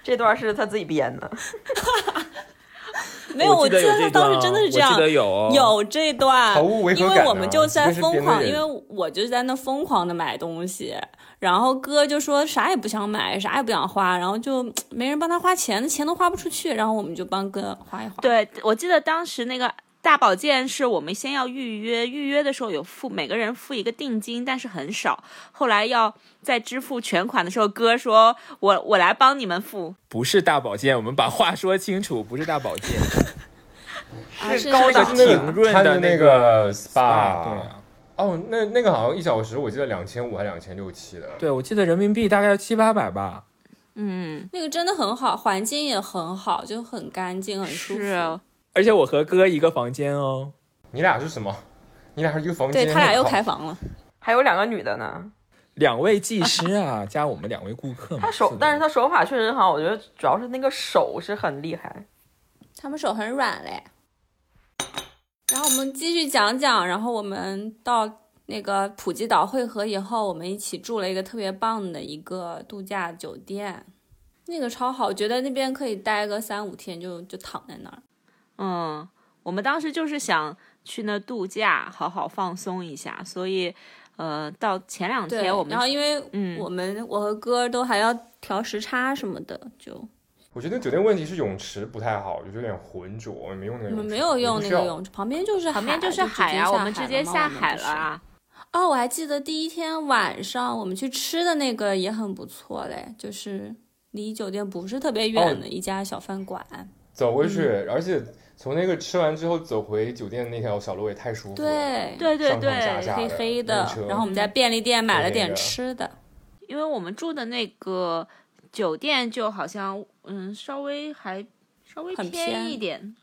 Speaker 2: 这段是他自己编的，
Speaker 3: 没有，我
Speaker 1: 记得有
Speaker 3: 他
Speaker 1: 这
Speaker 3: 当时
Speaker 1: 段
Speaker 3: 真的
Speaker 1: 哦
Speaker 3: 是这样
Speaker 1: 我记，得有
Speaker 3: 有这段
Speaker 4: 毫无违，和
Speaker 3: 因
Speaker 4: 感
Speaker 3: 为
Speaker 4: 啊
Speaker 3: 我们就在疯
Speaker 4: 这
Speaker 1: 啊
Speaker 3: 狂，
Speaker 4: 是编
Speaker 3: 因
Speaker 4: 的人
Speaker 3: 为我就是在那疯狂的买东西，然后哥就说啥也不想买，啥也不想花，然后就没人帮他花钱，钱都花不出去，然后我们就帮哥花一花。
Speaker 5: 对，我记得当时那个大保健是我们先要预约，预约的时候有付每个人付一个定金，但是很少。后来要在支付全款的时候，哥说我我来帮你们付。
Speaker 1: 不是大保健，我们把话说清楚，不是大保健，
Speaker 3: 啊，是
Speaker 2: 高档
Speaker 4: 就是那
Speaker 1: 挺
Speaker 4: 个
Speaker 1: 润
Speaker 4: 他
Speaker 1: 的
Speaker 4: 那
Speaker 1: 那对啊
Speaker 4: 个 SPA。哦，那那个好像一小时，我记得两千五还两千六七的。
Speaker 1: 对，我记得人民币大概要七八百吧。
Speaker 5: 嗯，
Speaker 3: 那个真的很好，环境也很好，就很干净，很舒服。
Speaker 5: 是，啊
Speaker 1: 而且我和哥一个房间哦。
Speaker 4: 你俩是什么？你俩是一个房间？
Speaker 3: 对他俩又
Speaker 4: 我靠
Speaker 3: 开房了，
Speaker 2: 还有两个女的呢。
Speaker 1: 两位技师啊，加我们两位顾客嘛。
Speaker 2: 他
Speaker 1: 四
Speaker 2: 手
Speaker 1: 个，
Speaker 2: 但是他手法确实很好，我觉得主要是那个手是很厉害。
Speaker 3: 他们手很软嘞。然后我们继续讲讲，然后我们到那个普吉岛汇合以后，我们一起住了一个特别棒的一个度假酒店，那个超好，我觉得那边可以待个三五天就，就躺在那儿。
Speaker 5: 嗯，我们当时就是想去那度假，好好放松一下，所以，呃，到前两
Speaker 3: 对，
Speaker 5: 天我们
Speaker 3: 然后因为
Speaker 5: 嗯
Speaker 3: 我们、我和哥都还要调时差什么的，就
Speaker 4: 我觉得酒店问题是泳池不太好，就是有点浑浊，我没用那
Speaker 3: 我嗯
Speaker 4: 个。
Speaker 3: 们没有用那个
Speaker 4: 泳池。
Speaker 3: 泳池，旁边就是海
Speaker 5: 旁边就是海啊，我们直接下海
Speaker 3: 了
Speaker 5: 了
Speaker 3: 嘛。我们就是
Speaker 5: 啊。
Speaker 3: 哦，我还记得第一天晚上我们去吃的那个也很不错嘞，就是离酒店不是特别
Speaker 4: 哦
Speaker 3: 远的一家小饭馆。
Speaker 4: 走
Speaker 3: 嗯
Speaker 4: 过去，而且从那个吃完之后走回酒店那条小路也太舒服了。
Speaker 3: 对，
Speaker 5: 对对
Speaker 4: 上上下
Speaker 5: 对
Speaker 4: 下，
Speaker 3: 黑黑
Speaker 4: 的
Speaker 3: 的
Speaker 4: 那车，
Speaker 3: 然后我们在便利店买了
Speaker 4: 对那
Speaker 3: 点
Speaker 4: 个
Speaker 3: 吃的，
Speaker 5: 因为我们住的那个酒店就好像，嗯，稍微还稍微
Speaker 3: 很
Speaker 5: 偏
Speaker 3: 偏
Speaker 5: 一点，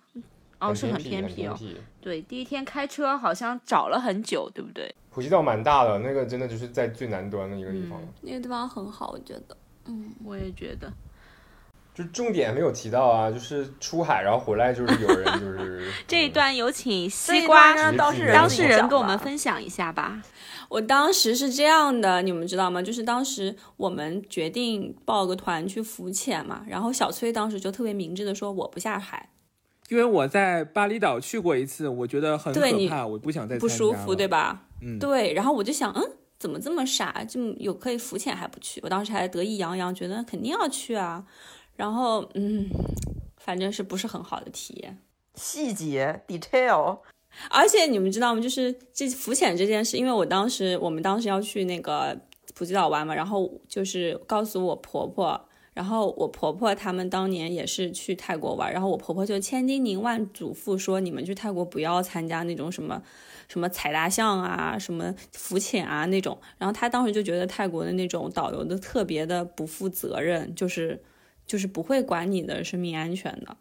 Speaker 5: 哦，是
Speaker 4: 很
Speaker 5: 很
Speaker 4: 偏
Speaker 5: 偏
Speaker 4: 僻，
Speaker 5: 僻
Speaker 4: 很
Speaker 5: 哦。
Speaker 4: 僻。
Speaker 5: 对，第一天开车好像找了很久，对不对？
Speaker 4: 普吉岛蛮大的，那个真的就是在最南端的一个地方。
Speaker 5: 嗯
Speaker 3: 那个地方很好，我觉得。嗯，
Speaker 5: 我也觉得，
Speaker 4: 就重点没有提到啊，就是出海然后回来就是有人就是
Speaker 5: 这一段有请西
Speaker 2: 这一
Speaker 5: 瓜
Speaker 2: 段让当事人
Speaker 5: 当事人
Speaker 2: 跟
Speaker 5: 跟我们分享一下吧。
Speaker 3: 我当时是这样的，你们知道吗？就是当时我们决定报个团去浮潜嘛，然后小崔当时就特别明智的说我不下海，
Speaker 1: 因为我在巴厘岛去过一次，我觉得很
Speaker 3: 对
Speaker 1: 可
Speaker 3: 你
Speaker 1: 怕，我不想再
Speaker 3: 不舒服，对
Speaker 1: 吧？
Speaker 3: 吧？
Speaker 1: 嗯，
Speaker 3: 对，然后我就想，嗯，怎么这么傻？就有可以浮潜还不去？我当时还得意洋洋，觉得肯定要去啊。然后，嗯，反正是不是很好的体验。
Speaker 2: 细节 detail，
Speaker 3: 而且你们知道吗？就是这浮潜这件事，因为我当时我们当时要去那个普吉岛玩嘛，然后就是告诉我婆婆，然后我婆婆他们当年也是去泰国玩，然后我婆婆就千叮咛万嘱咐说，你们去泰国不要参加那种什么什么踩大象啊、什么浮潜啊那种。然后她当时就觉得泰国的那种导游的特别的不负责任，就是就是不会管你的生命安全的。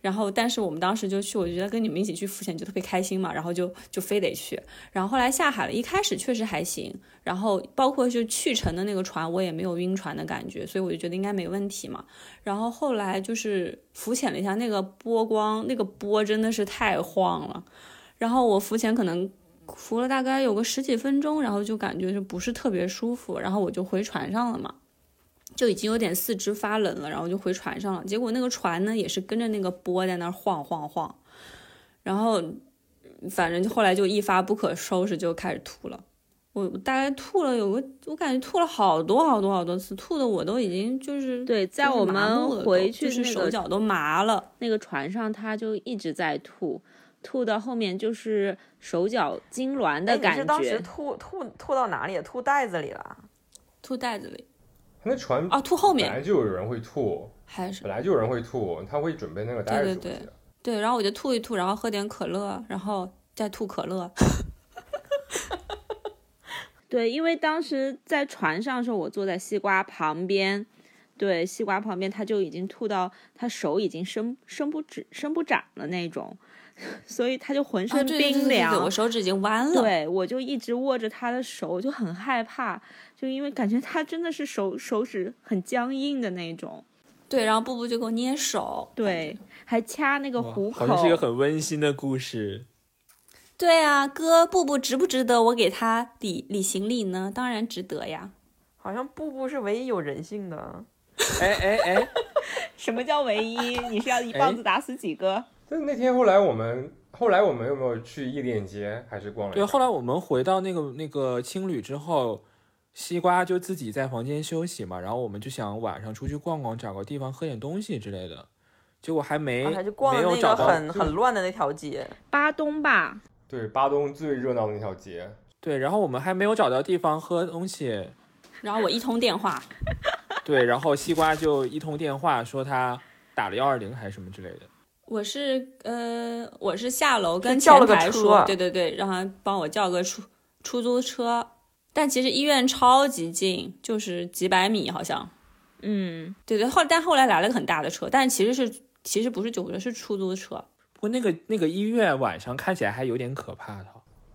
Speaker 3: 然后，但是我们当时就去，我就觉得跟你们一起去浮潜就特别开心嘛，然后就就非得去。然后后来下海了，一开始确实还行，然后包括就去程的那个船，我也没有晕船的感觉，所以我就觉得应该没问题嘛。然后后来就是浮潜了一下，那个波光，那个波真的是太晃了。然后我浮潜可能浮了大概有个十几分钟，然后就感觉就不是特别舒服，然后我就回船上了嘛。就已经有点四肢发冷了，然后就回船上了。结果那个船呢，也是跟着那个波在那儿晃晃晃，然后反正就后来就一发不可收拾，就开始吐了。我大概吐了有个，我感觉吐了好多好多好多次，吐的我都已经就是
Speaker 5: 对在
Speaker 3: 就是
Speaker 5: 我
Speaker 3: 麻
Speaker 5: 们
Speaker 3: 木了
Speaker 5: 回
Speaker 3: 都
Speaker 5: 去
Speaker 3: 就是
Speaker 5: 那
Speaker 3: 手
Speaker 5: 个
Speaker 3: 脚都麻了。
Speaker 5: 那个船上他就一直在吐，吐到后面就是手脚痉挛
Speaker 2: 哎，
Speaker 5: 的
Speaker 2: 你
Speaker 5: 感
Speaker 2: 是当时
Speaker 5: 觉。
Speaker 2: 吐吐吐到哪里？吐袋子里了？
Speaker 3: 吐袋子里
Speaker 4: 那船
Speaker 3: 啊，吐后
Speaker 4: 本
Speaker 3: 面
Speaker 4: 来就有人会吐，
Speaker 3: 还是
Speaker 4: 本来就有人会吐，他会准备那个袋子。
Speaker 3: 对对对
Speaker 4: 我记得
Speaker 3: 对，然后我就吐一吐，然后喝点可乐，然后再吐可乐。
Speaker 5: 对，因为当时在船上的时候，我坐在西瓜旁边，对，西瓜旁边他就已经吐到他手已经伸伸不直伸不展了那种， 所以他就浑
Speaker 3: 啊，
Speaker 5: 身
Speaker 3: 对对对
Speaker 5: 冰
Speaker 3: 对
Speaker 5: 凉。
Speaker 3: 对，我手指已经弯了。
Speaker 5: 对我就一直握着他的手，我就很害怕，就因为感觉他真的是手手指很僵硬的那种，
Speaker 3: 对，然后布布就给我捏手。
Speaker 5: 对，还掐那个
Speaker 1: 哇
Speaker 5: 虎
Speaker 1: 好，
Speaker 5: 口
Speaker 1: 像是一个很温馨的故事。
Speaker 3: 对啊，哥，布布值不值得我给他理理行李呢？当然值得呀。
Speaker 2: 好像布布是唯一有人性的。
Speaker 1: 哎哎哎，
Speaker 5: 什么叫唯一？你是要一
Speaker 1: 棒子
Speaker 5: 打死几个？
Speaker 4: 但那天后来我们后来我们有没有去夜店街还是逛了一
Speaker 1: 对，
Speaker 4: 下？
Speaker 1: 后来我们回到那个那个青旅之后，西瓜就自己在房间休息嘛，然后我们就想晚上出去逛逛，找个地方喝点东西之类的。结果还没、
Speaker 2: 然后他就啊逛
Speaker 1: 没
Speaker 2: 了
Speaker 1: 有
Speaker 2: 那
Speaker 1: 找
Speaker 2: 个
Speaker 1: 到，
Speaker 2: 很很乱的那条街，
Speaker 5: 巴东吧，
Speaker 4: 对巴东最热闹的那条街，
Speaker 1: 对，然后我们还没有找到地方喝东西，
Speaker 3: 然后我一通电话，
Speaker 1: 对，然后西瓜就一通电话说他打了幺二零还是什么之类的。
Speaker 3: 我是呃，我是下楼跟
Speaker 2: 就叫
Speaker 3: 前
Speaker 2: 了个
Speaker 3: 台
Speaker 2: 车
Speaker 3: 说，对对对，让他帮我叫个出出租车。但其实医院超级近，就是几百米好像。
Speaker 5: 嗯，
Speaker 3: 对对，后但后来来了个很大的车，但其实是其实不是救护车，是出租车。
Speaker 1: 不过那个那个医院晚上看起来还有点可怕的。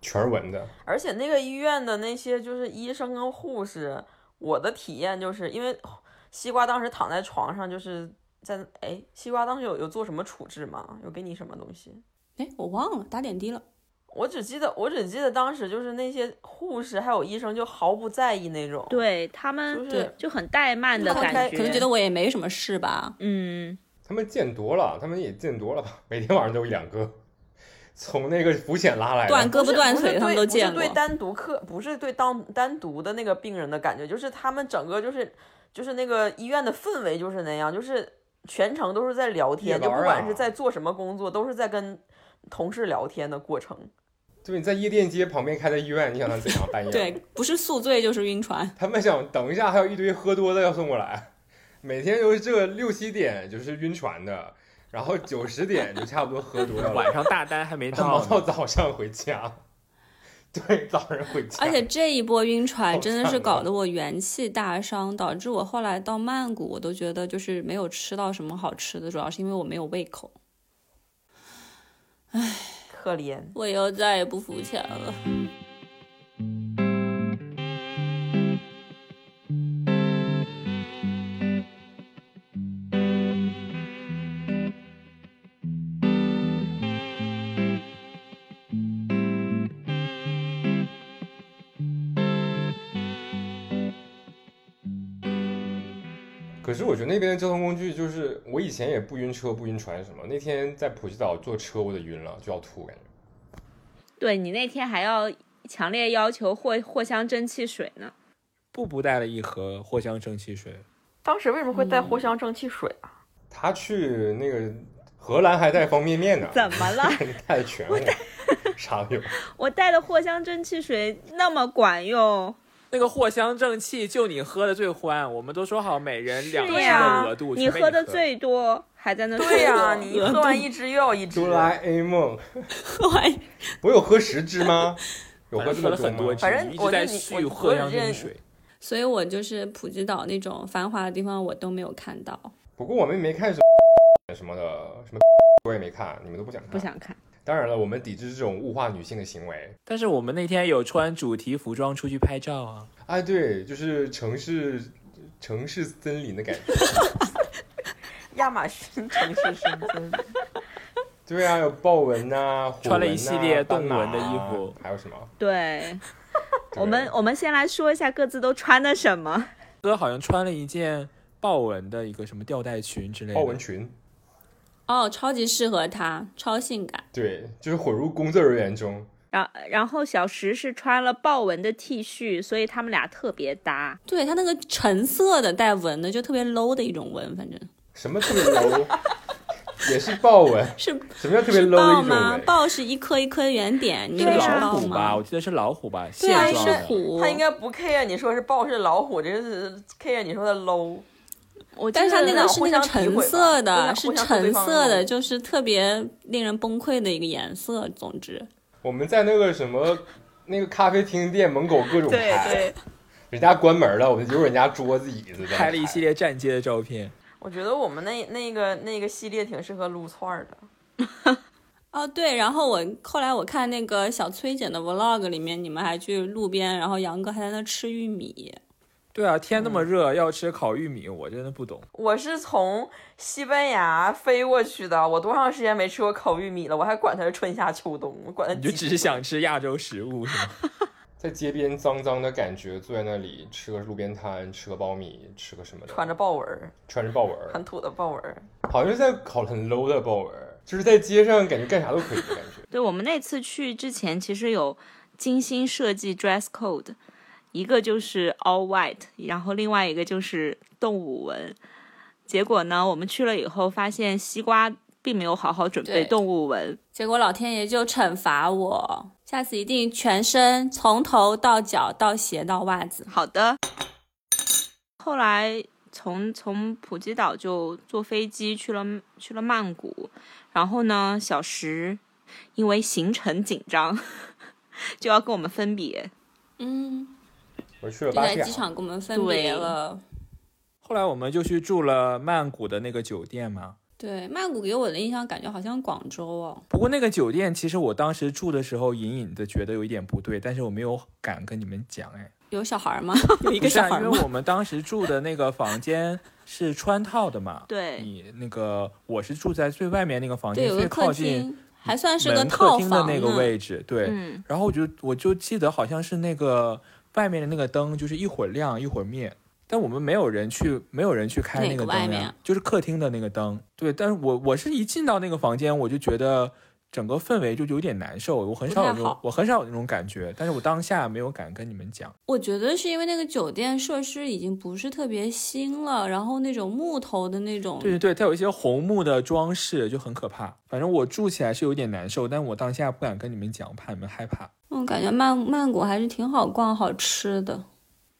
Speaker 4: 全是文的，
Speaker 2: 而且那个医院的那些就是医生跟护士，我的体验就是因为西瓜当时躺在床上，就是在哎，西瓜当时有有做什么处置吗？有给你什么东西？
Speaker 3: 哎，我忘了打点滴了。
Speaker 2: 我只记得我只记得当时就是那些护士还有医生就毫不在意那种，
Speaker 5: 对他们
Speaker 2: 就是
Speaker 5: 就很怠慢的
Speaker 2: 他们
Speaker 5: 感
Speaker 2: 开
Speaker 5: 觉，
Speaker 3: 可能觉得我也没什么事吧。
Speaker 5: 嗯，
Speaker 4: 他们见多了，他们也见多了吧？ 每天晚上都一两个，从那个浮潜拉来
Speaker 3: 断
Speaker 4: 的。
Speaker 3: 胳膊断
Speaker 2: 不是
Speaker 3: 腿他们都见
Speaker 2: 不
Speaker 3: 过
Speaker 2: 是。对单独客，不是对当单独的那个病人的感觉，就是他们整个就是就是那个医院的氛围就是那样，就是全程都是在聊天，
Speaker 4: 夜
Speaker 2: 就
Speaker 4: 班啊
Speaker 2: 不管是在做什么工作，都是在跟同事聊天的过程。
Speaker 4: 对，你在夜店街旁边开的医院，你想他怎样 半夜？
Speaker 3: 对，，不是宿醉就是晕船。
Speaker 4: 他们想等一下，还有一堆喝多的要送过来，每天都是这六七点就是晕船的，然后九十点就差不多喝多 了，
Speaker 1: 晚上大单还没
Speaker 4: 然
Speaker 1: 到
Speaker 4: 后忙
Speaker 1: 呢，
Speaker 4: 到早上回家。对，早上回家。
Speaker 3: 而且这一波晕
Speaker 4: 好
Speaker 3: 船真的
Speaker 4: 惨
Speaker 3: 是
Speaker 4: 啊
Speaker 3: 搞得我元气大伤，导致我后来到曼谷，我都觉得就是没有吃到什么好吃的，主要是因为我没有胃口。
Speaker 2: 可怜，
Speaker 3: 我以后再也不浮潜了。
Speaker 4: 可是我觉得那边的交通工具就是，我以前也不晕车不晕船什么，那天在普吉岛坐车我得晕了，就要吐感觉。
Speaker 5: 对你那天还要强烈要求藿藿香正气水呢，
Speaker 1: 布布带了一盒藿香正气水，
Speaker 2: 当时为什么会带藿香正气水啊？
Speaker 4: 他去那个荷兰还带方便面呢，
Speaker 5: 怎么 了？
Speaker 4: 带的全我， 啥都有。
Speaker 5: 我带的藿香正气水那么管用，
Speaker 1: 那个藿香正气就你喝的最欢，我们都说好每人两支
Speaker 5: 是呀
Speaker 1: 的额度，
Speaker 5: 你
Speaker 1: 全被
Speaker 5: 喝的
Speaker 1: 喝
Speaker 5: 最多，还在那说
Speaker 2: 对 呀、
Speaker 5: 我
Speaker 2: 你喝完一支又要一支，
Speaker 4: 哆啦 A 梦，
Speaker 3: 我还
Speaker 4: 我有喝十支吗？有
Speaker 1: 反
Speaker 4: 喝
Speaker 1: 正
Speaker 4: 这
Speaker 1: 喝
Speaker 4: 么
Speaker 1: 了很
Speaker 4: 多
Speaker 1: 多
Speaker 4: 吗
Speaker 1: 支，？
Speaker 2: 反正
Speaker 1: 一
Speaker 2: 我
Speaker 1: 直在
Speaker 2: 就你
Speaker 1: 续
Speaker 2: 我
Speaker 1: 藿香
Speaker 2: 我认
Speaker 1: 正气水。
Speaker 3: 所以我就是普吉岛那种繁华的地方，我都没有看到。
Speaker 4: 不过我们没看什么 什么的，什么我也没看，你们都不想看。
Speaker 5: 不。想看。
Speaker 4: 当然了，我们抵制这种物化女性的行为。
Speaker 1: 但是我们那天有穿主题服装出去拍照啊，
Speaker 4: 哎，对，就是城市城市森林的感觉。
Speaker 2: 亚马逊城市深圳。
Speaker 4: 对啊，有豹纹呐、火
Speaker 1: 穿了
Speaker 4: 纹
Speaker 1: 一系
Speaker 4: 呐
Speaker 1: 列
Speaker 4: 斑
Speaker 1: 动
Speaker 4: 马
Speaker 1: 纹的衣
Speaker 4: 啊
Speaker 1: 服
Speaker 4: 还有什么？
Speaker 5: 对
Speaker 4: 对
Speaker 5: 我们，我们先来说一下各自都穿的什么。
Speaker 1: 哥好像穿了一件豹纹的一个什么吊带裙之类的。
Speaker 4: 豹纹裙，
Speaker 3: 哦，超级适合他，超性感。
Speaker 4: 对，就是混入工作人员中。
Speaker 5: 然然后小石是穿了豹纹的 T 恤，所以他们俩特别搭。
Speaker 3: 对他那个橙色的带纹的，就特别 low 的一种纹，反正
Speaker 4: 什么特别 low？也是豹纹，
Speaker 3: 是
Speaker 4: 什么叫特别
Speaker 3: 是
Speaker 4: low 的
Speaker 3: 豹
Speaker 4: 一
Speaker 3: 吗
Speaker 4: 种？纹？
Speaker 3: 豹是一颗一颗圆点，你
Speaker 1: 是
Speaker 3: 说
Speaker 5: 对
Speaker 3: 是
Speaker 5: 啊
Speaker 1: 老
Speaker 3: 豹
Speaker 1: 虎吧？
Speaker 3: 吗
Speaker 1: 我？记得是老虎吧？
Speaker 3: 对啊，
Speaker 1: 蟹
Speaker 3: 是
Speaker 1: 装的。
Speaker 3: 虎。
Speaker 2: 他应该不 care 你说是豹是老虎，这是 care 你说的 low。
Speaker 5: 我记
Speaker 3: 但是它
Speaker 5: 得
Speaker 3: 那个是那个橙色的，
Speaker 2: 互
Speaker 3: 是
Speaker 2: 相诋毁吧互
Speaker 3: 橙
Speaker 2: 相互
Speaker 3: 色
Speaker 2: 相
Speaker 3: 的，
Speaker 2: 对
Speaker 3: 就是特别令人崩溃的一个颜色。总之，
Speaker 4: 我们在那个什么那个咖啡厅店门口各种
Speaker 5: 对
Speaker 4: 拍，
Speaker 5: 对，
Speaker 4: 人家关门了，我们就人家桌子椅子在
Speaker 1: 拍了一系
Speaker 4: 列。
Speaker 1: 列站街的照片，
Speaker 2: 我觉得我们那那个那个系列挺适合撸串儿的。
Speaker 3: 哦对，然后我后来我看那个小崔姐的 vlog 里面，你们还去路边，然后杨哥还在那吃玉米。
Speaker 1: 对啊，天那么热，要吃烤玉米，我真的不懂。
Speaker 2: 我是从西班牙飞过去的，我多长时间没吃过烤玉米了？我还管它是春夏秋冬，我管它
Speaker 1: 你就只是想吃亚洲食物是 吗？
Speaker 4: 在街边脏脏的感觉，坐在那里吃个路边摊，吃个苞米，吃个什么的，
Speaker 2: 穿着豹纹儿，
Speaker 4: 穿着豹纹，
Speaker 2: 很土的豹纹儿。
Speaker 4: 好像是在考很 low 的豹纹，就是在街上感觉干啥都可以的感觉。
Speaker 5: 对我们那次去之前，其实有精心设计 dress code，一个就是 all white，然后另外一个就是动物纹。结果呢，我们去了以后发现西瓜并没有好好准备
Speaker 3: 对
Speaker 5: 动物纹，
Speaker 3: 结果老天爷就惩罚我，下次一定全身从头到脚到鞋到袜子。
Speaker 5: 好的。后来从从普吉岛就坐飞机去了去了曼谷，然后呢，小石因为行程紧张， 就要跟我们分别。
Speaker 3: 嗯，
Speaker 4: 我去了
Speaker 3: 就
Speaker 4: 芭
Speaker 3: 在
Speaker 4: 提雅
Speaker 3: 机，场跟我们分别了。
Speaker 1: 后来我们就去住了曼谷的那个酒店嘛。
Speaker 3: 对，曼谷给我的印象感觉好像广州哦。
Speaker 1: 不过那个酒店其实我当时住的时候，隐隐的觉得有一点不对，但是我没有敢跟你们讲哎。
Speaker 3: 有小孩儿吗？ 有一
Speaker 1: 不
Speaker 3: 个
Speaker 1: 是
Speaker 3: 小
Speaker 1: 啊
Speaker 3: 孩儿
Speaker 1: 因
Speaker 3: 吗
Speaker 1: 为？我们当时住的那个房间是穿套的嘛。
Speaker 5: 对，
Speaker 1: 你那个我是住在最外面那个房
Speaker 3: 对，
Speaker 1: 间，
Speaker 3: 有
Speaker 1: 最
Speaker 3: 个客
Speaker 1: 靠近
Speaker 3: 厅，还算是个
Speaker 1: 门客
Speaker 3: 套
Speaker 1: 厅的
Speaker 3: 房
Speaker 1: 那个
Speaker 3: 呢
Speaker 1: 位置，对。
Speaker 5: 嗯，
Speaker 1: 然后我就我就记得好像是那个外面的那个灯，就是一会儿亮一会儿灭，但我们没有人去没有人去开
Speaker 3: 哪
Speaker 1: 那
Speaker 3: 个
Speaker 1: 灯
Speaker 3: 外
Speaker 1: 呀
Speaker 3: 面啊
Speaker 1: 就是客厅的那个灯。对，但是我我是一进到那个房间，我就觉得整个氛围就有点难受，我很
Speaker 3: 不
Speaker 1: 少有
Speaker 3: 太
Speaker 1: 那种
Speaker 3: 好
Speaker 1: 我很少有那种感觉，但是我当下没有敢跟你们讲。
Speaker 3: 我觉得是因为那个酒店设施已经不是特别新了，然后那种木头的那种，
Speaker 1: 对对对，它有一些红木的装饰，就很可怕。反正我住起来是有点难受，但我当下不敢跟你们讲，怕你们害怕。
Speaker 3: 嗯，感觉曼曼谷还是挺好逛、好吃的。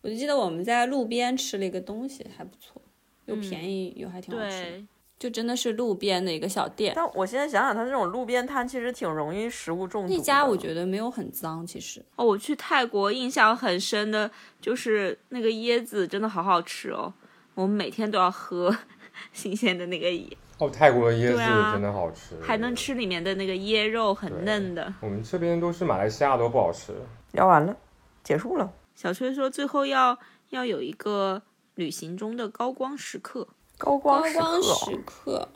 Speaker 3: 我就记得我们在路边吃了一个东西，还不错，又
Speaker 5: 嗯
Speaker 3: 便宜、又还挺好吃的，
Speaker 5: 对，
Speaker 3: 就真的是路边的一个小店。
Speaker 2: 但我现在想想，它这种路边摊其实挺容易食物中毒的。
Speaker 3: 那家我觉得没有很脏，其实
Speaker 5: 哦，我去泰国印象很深的就是那个椰子真的好好吃哦，我们每天都要喝 新鲜的那个椰，
Speaker 4: 哦，泰国的椰
Speaker 5: 对啊
Speaker 4: 子真的好吃，
Speaker 5: 还能。吃里面的那个椰肉，很
Speaker 4: 对
Speaker 5: 嫩的。
Speaker 4: 我们这边都是马来西亚都不好吃，
Speaker 2: 聊完了，结束了。
Speaker 5: 小崔说最后要要有一个旅行中的高光时刻，
Speaker 2: 高
Speaker 3: 高
Speaker 2: 光时刻
Speaker 3: 光
Speaker 2: 哦，
Speaker 3: 时刻。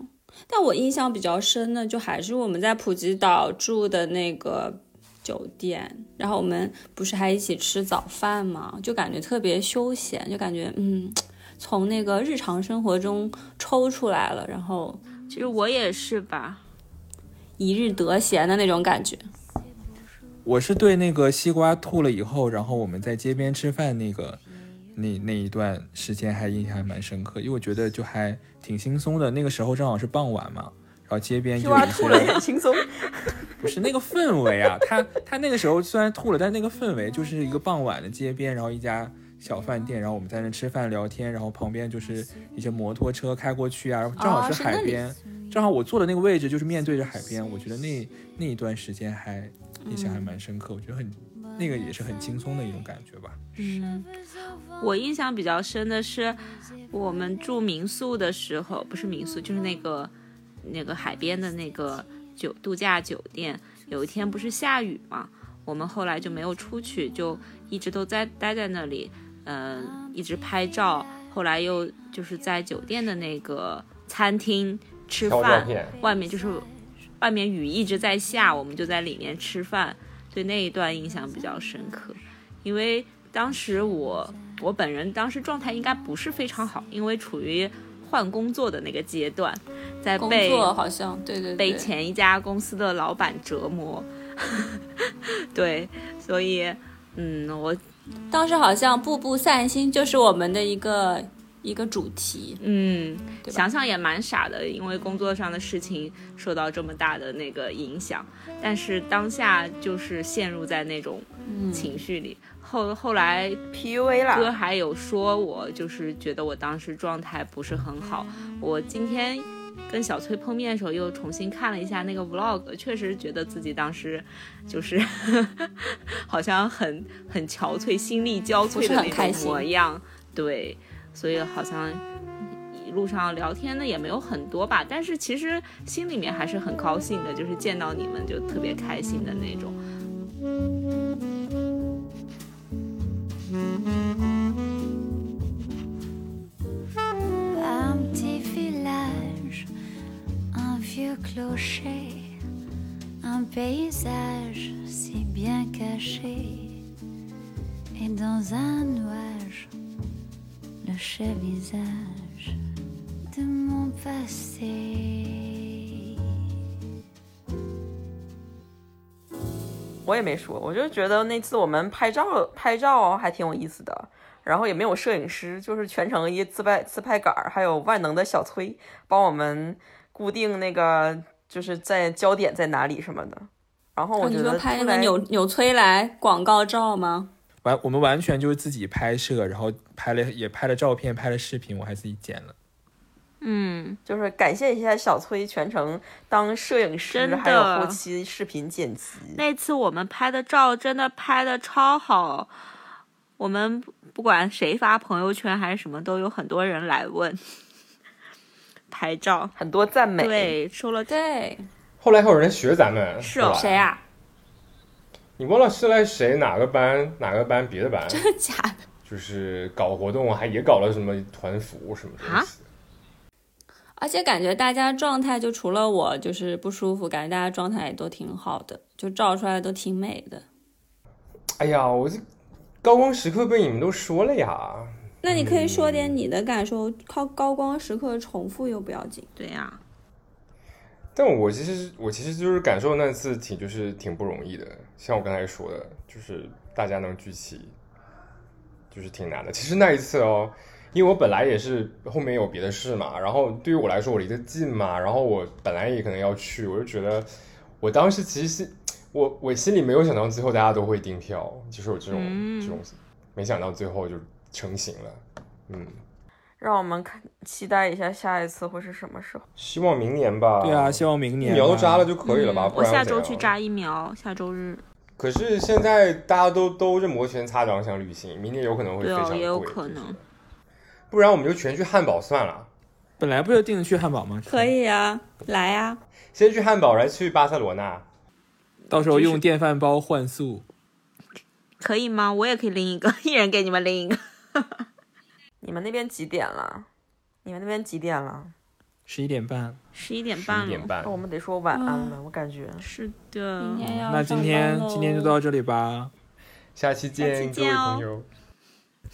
Speaker 3: 但我印象比较深的，就还是我们在普吉岛住的那个酒店，然后我们不是还一起吃早饭嘛，就感觉特别休闲，就感觉嗯，从那个日常生活中抽出来了，然后
Speaker 5: 其实我也是吧，
Speaker 3: 一日得闲的那种感觉。
Speaker 1: 我是对那个西瓜吐了以后，然后我们在街边吃饭那个那那一段时间还印象还蛮深刻，因为我觉得就还挺轻松的。那个时候正好是傍晚嘛，然后街边
Speaker 2: 西
Speaker 1: 就
Speaker 2: 瓜
Speaker 1: 有一
Speaker 2: 吐了
Speaker 1: 些
Speaker 2: 也轻松。
Speaker 1: 不是那个氛围啊，他他那个时候虽然吐了，但那个氛围就是一个傍晚的街边，然后一家小饭店，然后我们在那吃饭聊天，然后旁边就是一些摩托车开过去啊，然后正好
Speaker 3: 哦
Speaker 1: 是
Speaker 3: 是
Speaker 1: 海
Speaker 3: 那里
Speaker 1: 边，正好我坐的那个位置就是面对着海边，我觉得那那一段时间还印象
Speaker 3: 嗯
Speaker 1: 还蛮深刻，我觉得很那个也是很轻松的一种感觉吧。
Speaker 5: 我印象比较深的是我们住民宿的时候，不是民宿，就是那个那个海边的那个酒度假酒店。有一天不是下雨嘛，我们后来就没有出去，就一直都在待在那里，嗯、一直拍照。后来又就是在酒店的那个餐厅吃
Speaker 4: 挑照
Speaker 5: 饭，
Speaker 4: 片。
Speaker 5: 外面就是外面雨一直在下，我们就在里面吃饭，对那一段印象比较深刻，因为当时我我本人当时状态应该不是非常好，因为处于换工作的那个阶段，在
Speaker 3: 工
Speaker 5: 被
Speaker 3: 作好像对对
Speaker 5: 被
Speaker 3: 对，
Speaker 5: 前一家公司的老板折磨， 对，所以嗯，我
Speaker 3: 当时好像步步散心就是我们的一个一个主题，
Speaker 5: 嗯，
Speaker 3: 对吧
Speaker 5: 想想也蛮傻的，因为工作上的事情受到这么大的那个影响，但是当下就是陷入在那种
Speaker 3: 嗯
Speaker 5: 情绪里。后后来
Speaker 2: PUA
Speaker 5: 哥
Speaker 2: 啦，
Speaker 5: 还有说我就是觉得我当时状态不是很好，我今天。跟小崔碰面的时候，又重新看了一下那个 vlog，确实觉得自己当时就是 好像很很憔悴、心力交瘁的
Speaker 3: 不是很
Speaker 5: 那
Speaker 3: 开
Speaker 5: 种
Speaker 3: 心
Speaker 5: 模样。对，所以好像一路上聊天的也没有很多吧，但是其实心里面还是很高兴的，就是见到你们就特别开心的那种。
Speaker 8: Un petit village, un vieux clocher, un paysage si bien caché. Et dans un nuage, le chef visage de mon passé.
Speaker 2: 我也没说，我就觉得那次我们拍照拍照还挺有意思的，然后也没有摄影师，就是全程一自拍自拍杆儿，还有万能的小崔帮我们固定那个就是在焦点在哪里什么的。然后我
Speaker 3: 哦
Speaker 2: 觉
Speaker 3: 你
Speaker 2: 得
Speaker 3: 说
Speaker 2: 出
Speaker 3: 拍那个
Speaker 2: 来
Speaker 3: 纽纽崔莱广告照吗？
Speaker 1: 完，我们完全就是自己拍摄，然后拍了也拍了照片，拍了视频，我还自己剪了。
Speaker 5: 嗯，
Speaker 2: 就是感谢一下小崔全程当摄影师，
Speaker 5: 真的
Speaker 2: 还有后期视频剪辑。
Speaker 5: 那次我们拍的照真的拍的超好，我们不管谁发朋友圈还是什么，都有很多人来问拍照。
Speaker 2: 很多赞美。，
Speaker 5: 对，收了
Speaker 3: 对，
Speaker 4: 后来还有人学咱们，
Speaker 5: 是
Speaker 4: 对
Speaker 5: 哦
Speaker 4: 吧
Speaker 3: 谁？啊？
Speaker 4: 你忘了是来谁哪个班哪个班别的班，
Speaker 3: 真的假的？
Speaker 4: 就是搞活动还也搞了什么团服什么东西。
Speaker 3: 而且感觉大家状态就除了我就是不舒服，感觉大家状态也都挺好的，就照出来都挺美的。
Speaker 4: 哎呀，我这高光时刻被你们都说了呀。
Speaker 3: 那你可以说点你的感受，靠高光时刻重复又不要紧。
Speaker 1: 嗯
Speaker 5: 对呀、
Speaker 4: 但我其实我其实就是感受那次挺就是挺不容易的，像我刚才说的，就是大家能聚齐，就是挺难的。其实那一次哦，因为我本来也是后面有别的事嘛，然后对于我来说我离得近嘛，然后我本来也可能要去，我就觉得我当时其实心我我心里没有想到最后大家都会订票，就是有这种、
Speaker 5: 嗯
Speaker 4: 这种，没想到最后就成型了，嗯，
Speaker 2: 让我们看期待一下下一次会是什么时候。
Speaker 4: 希望明年吧。
Speaker 1: 对啊，希望明年
Speaker 4: 疫苗都
Speaker 1: 吧
Speaker 4: 扎了就可以了吧？
Speaker 5: 嗯
Speaker 4: 不
Speaker 5: 我
Speaker 4: 然
Speaker 5: 下
Speaker 4: 怎
Speaker 5: 周
Speaker 4: 样
Speaker 5: 去扎疫苗，下周日。
Speaker 4: 可是现在大家都都是摩拳擦掌想旅行，明年有可能会非
Speaker 5: 对哦
Speaker 4: 常贵，
Speaker 5: 也有可
Speaker 4: 就是
Speaker 5: 能。
Speaker 4: 不然我们就全去汉堡算了，
Speaker 1: 本来不就定去汉堡吗？
Speaker 3: 可，以啊，来啊，
Speaker 4: 先去汉堡，然后去巴塞罗那。
Speaker 1: 到时候用电饭煲换宿。
Speaker 5: 可以吗？我也可以拎一个， 一人给你们拎一个。
Speaker 2: 你们那边几点了？你们那边几点了？哦
Speaker 1: 十一点半，
Speaker 5: 十一点
Speaker 4: 十
Speaker 5: 半
Speaker 4: 一点
Speaker 5: 了，哦
Speaker 4: 半
Speaker 2: 那、，我们得说
Speaker 3: 嗯
Speaker 2: 晚安了，我感觉。
Speaker 5: 是的，
Speaker 3: 明天
Speaker 1: 嗯
Speaker 3: 要
Speaker 1: 那今天今天就到这里吧，
Speaker 4: 下期
Speaker 5: 下
Speaker 4: 见，各
Speaker 5: 期
Speaker 4: 位
Speaker 5: 见哦
Speaker 4: 朋友，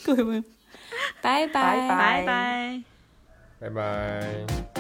Speaker 3: 各位朋友，拜
Speaker 2: 拜
Speaker 5: 拜拜。
Speaker 4: 拜拜。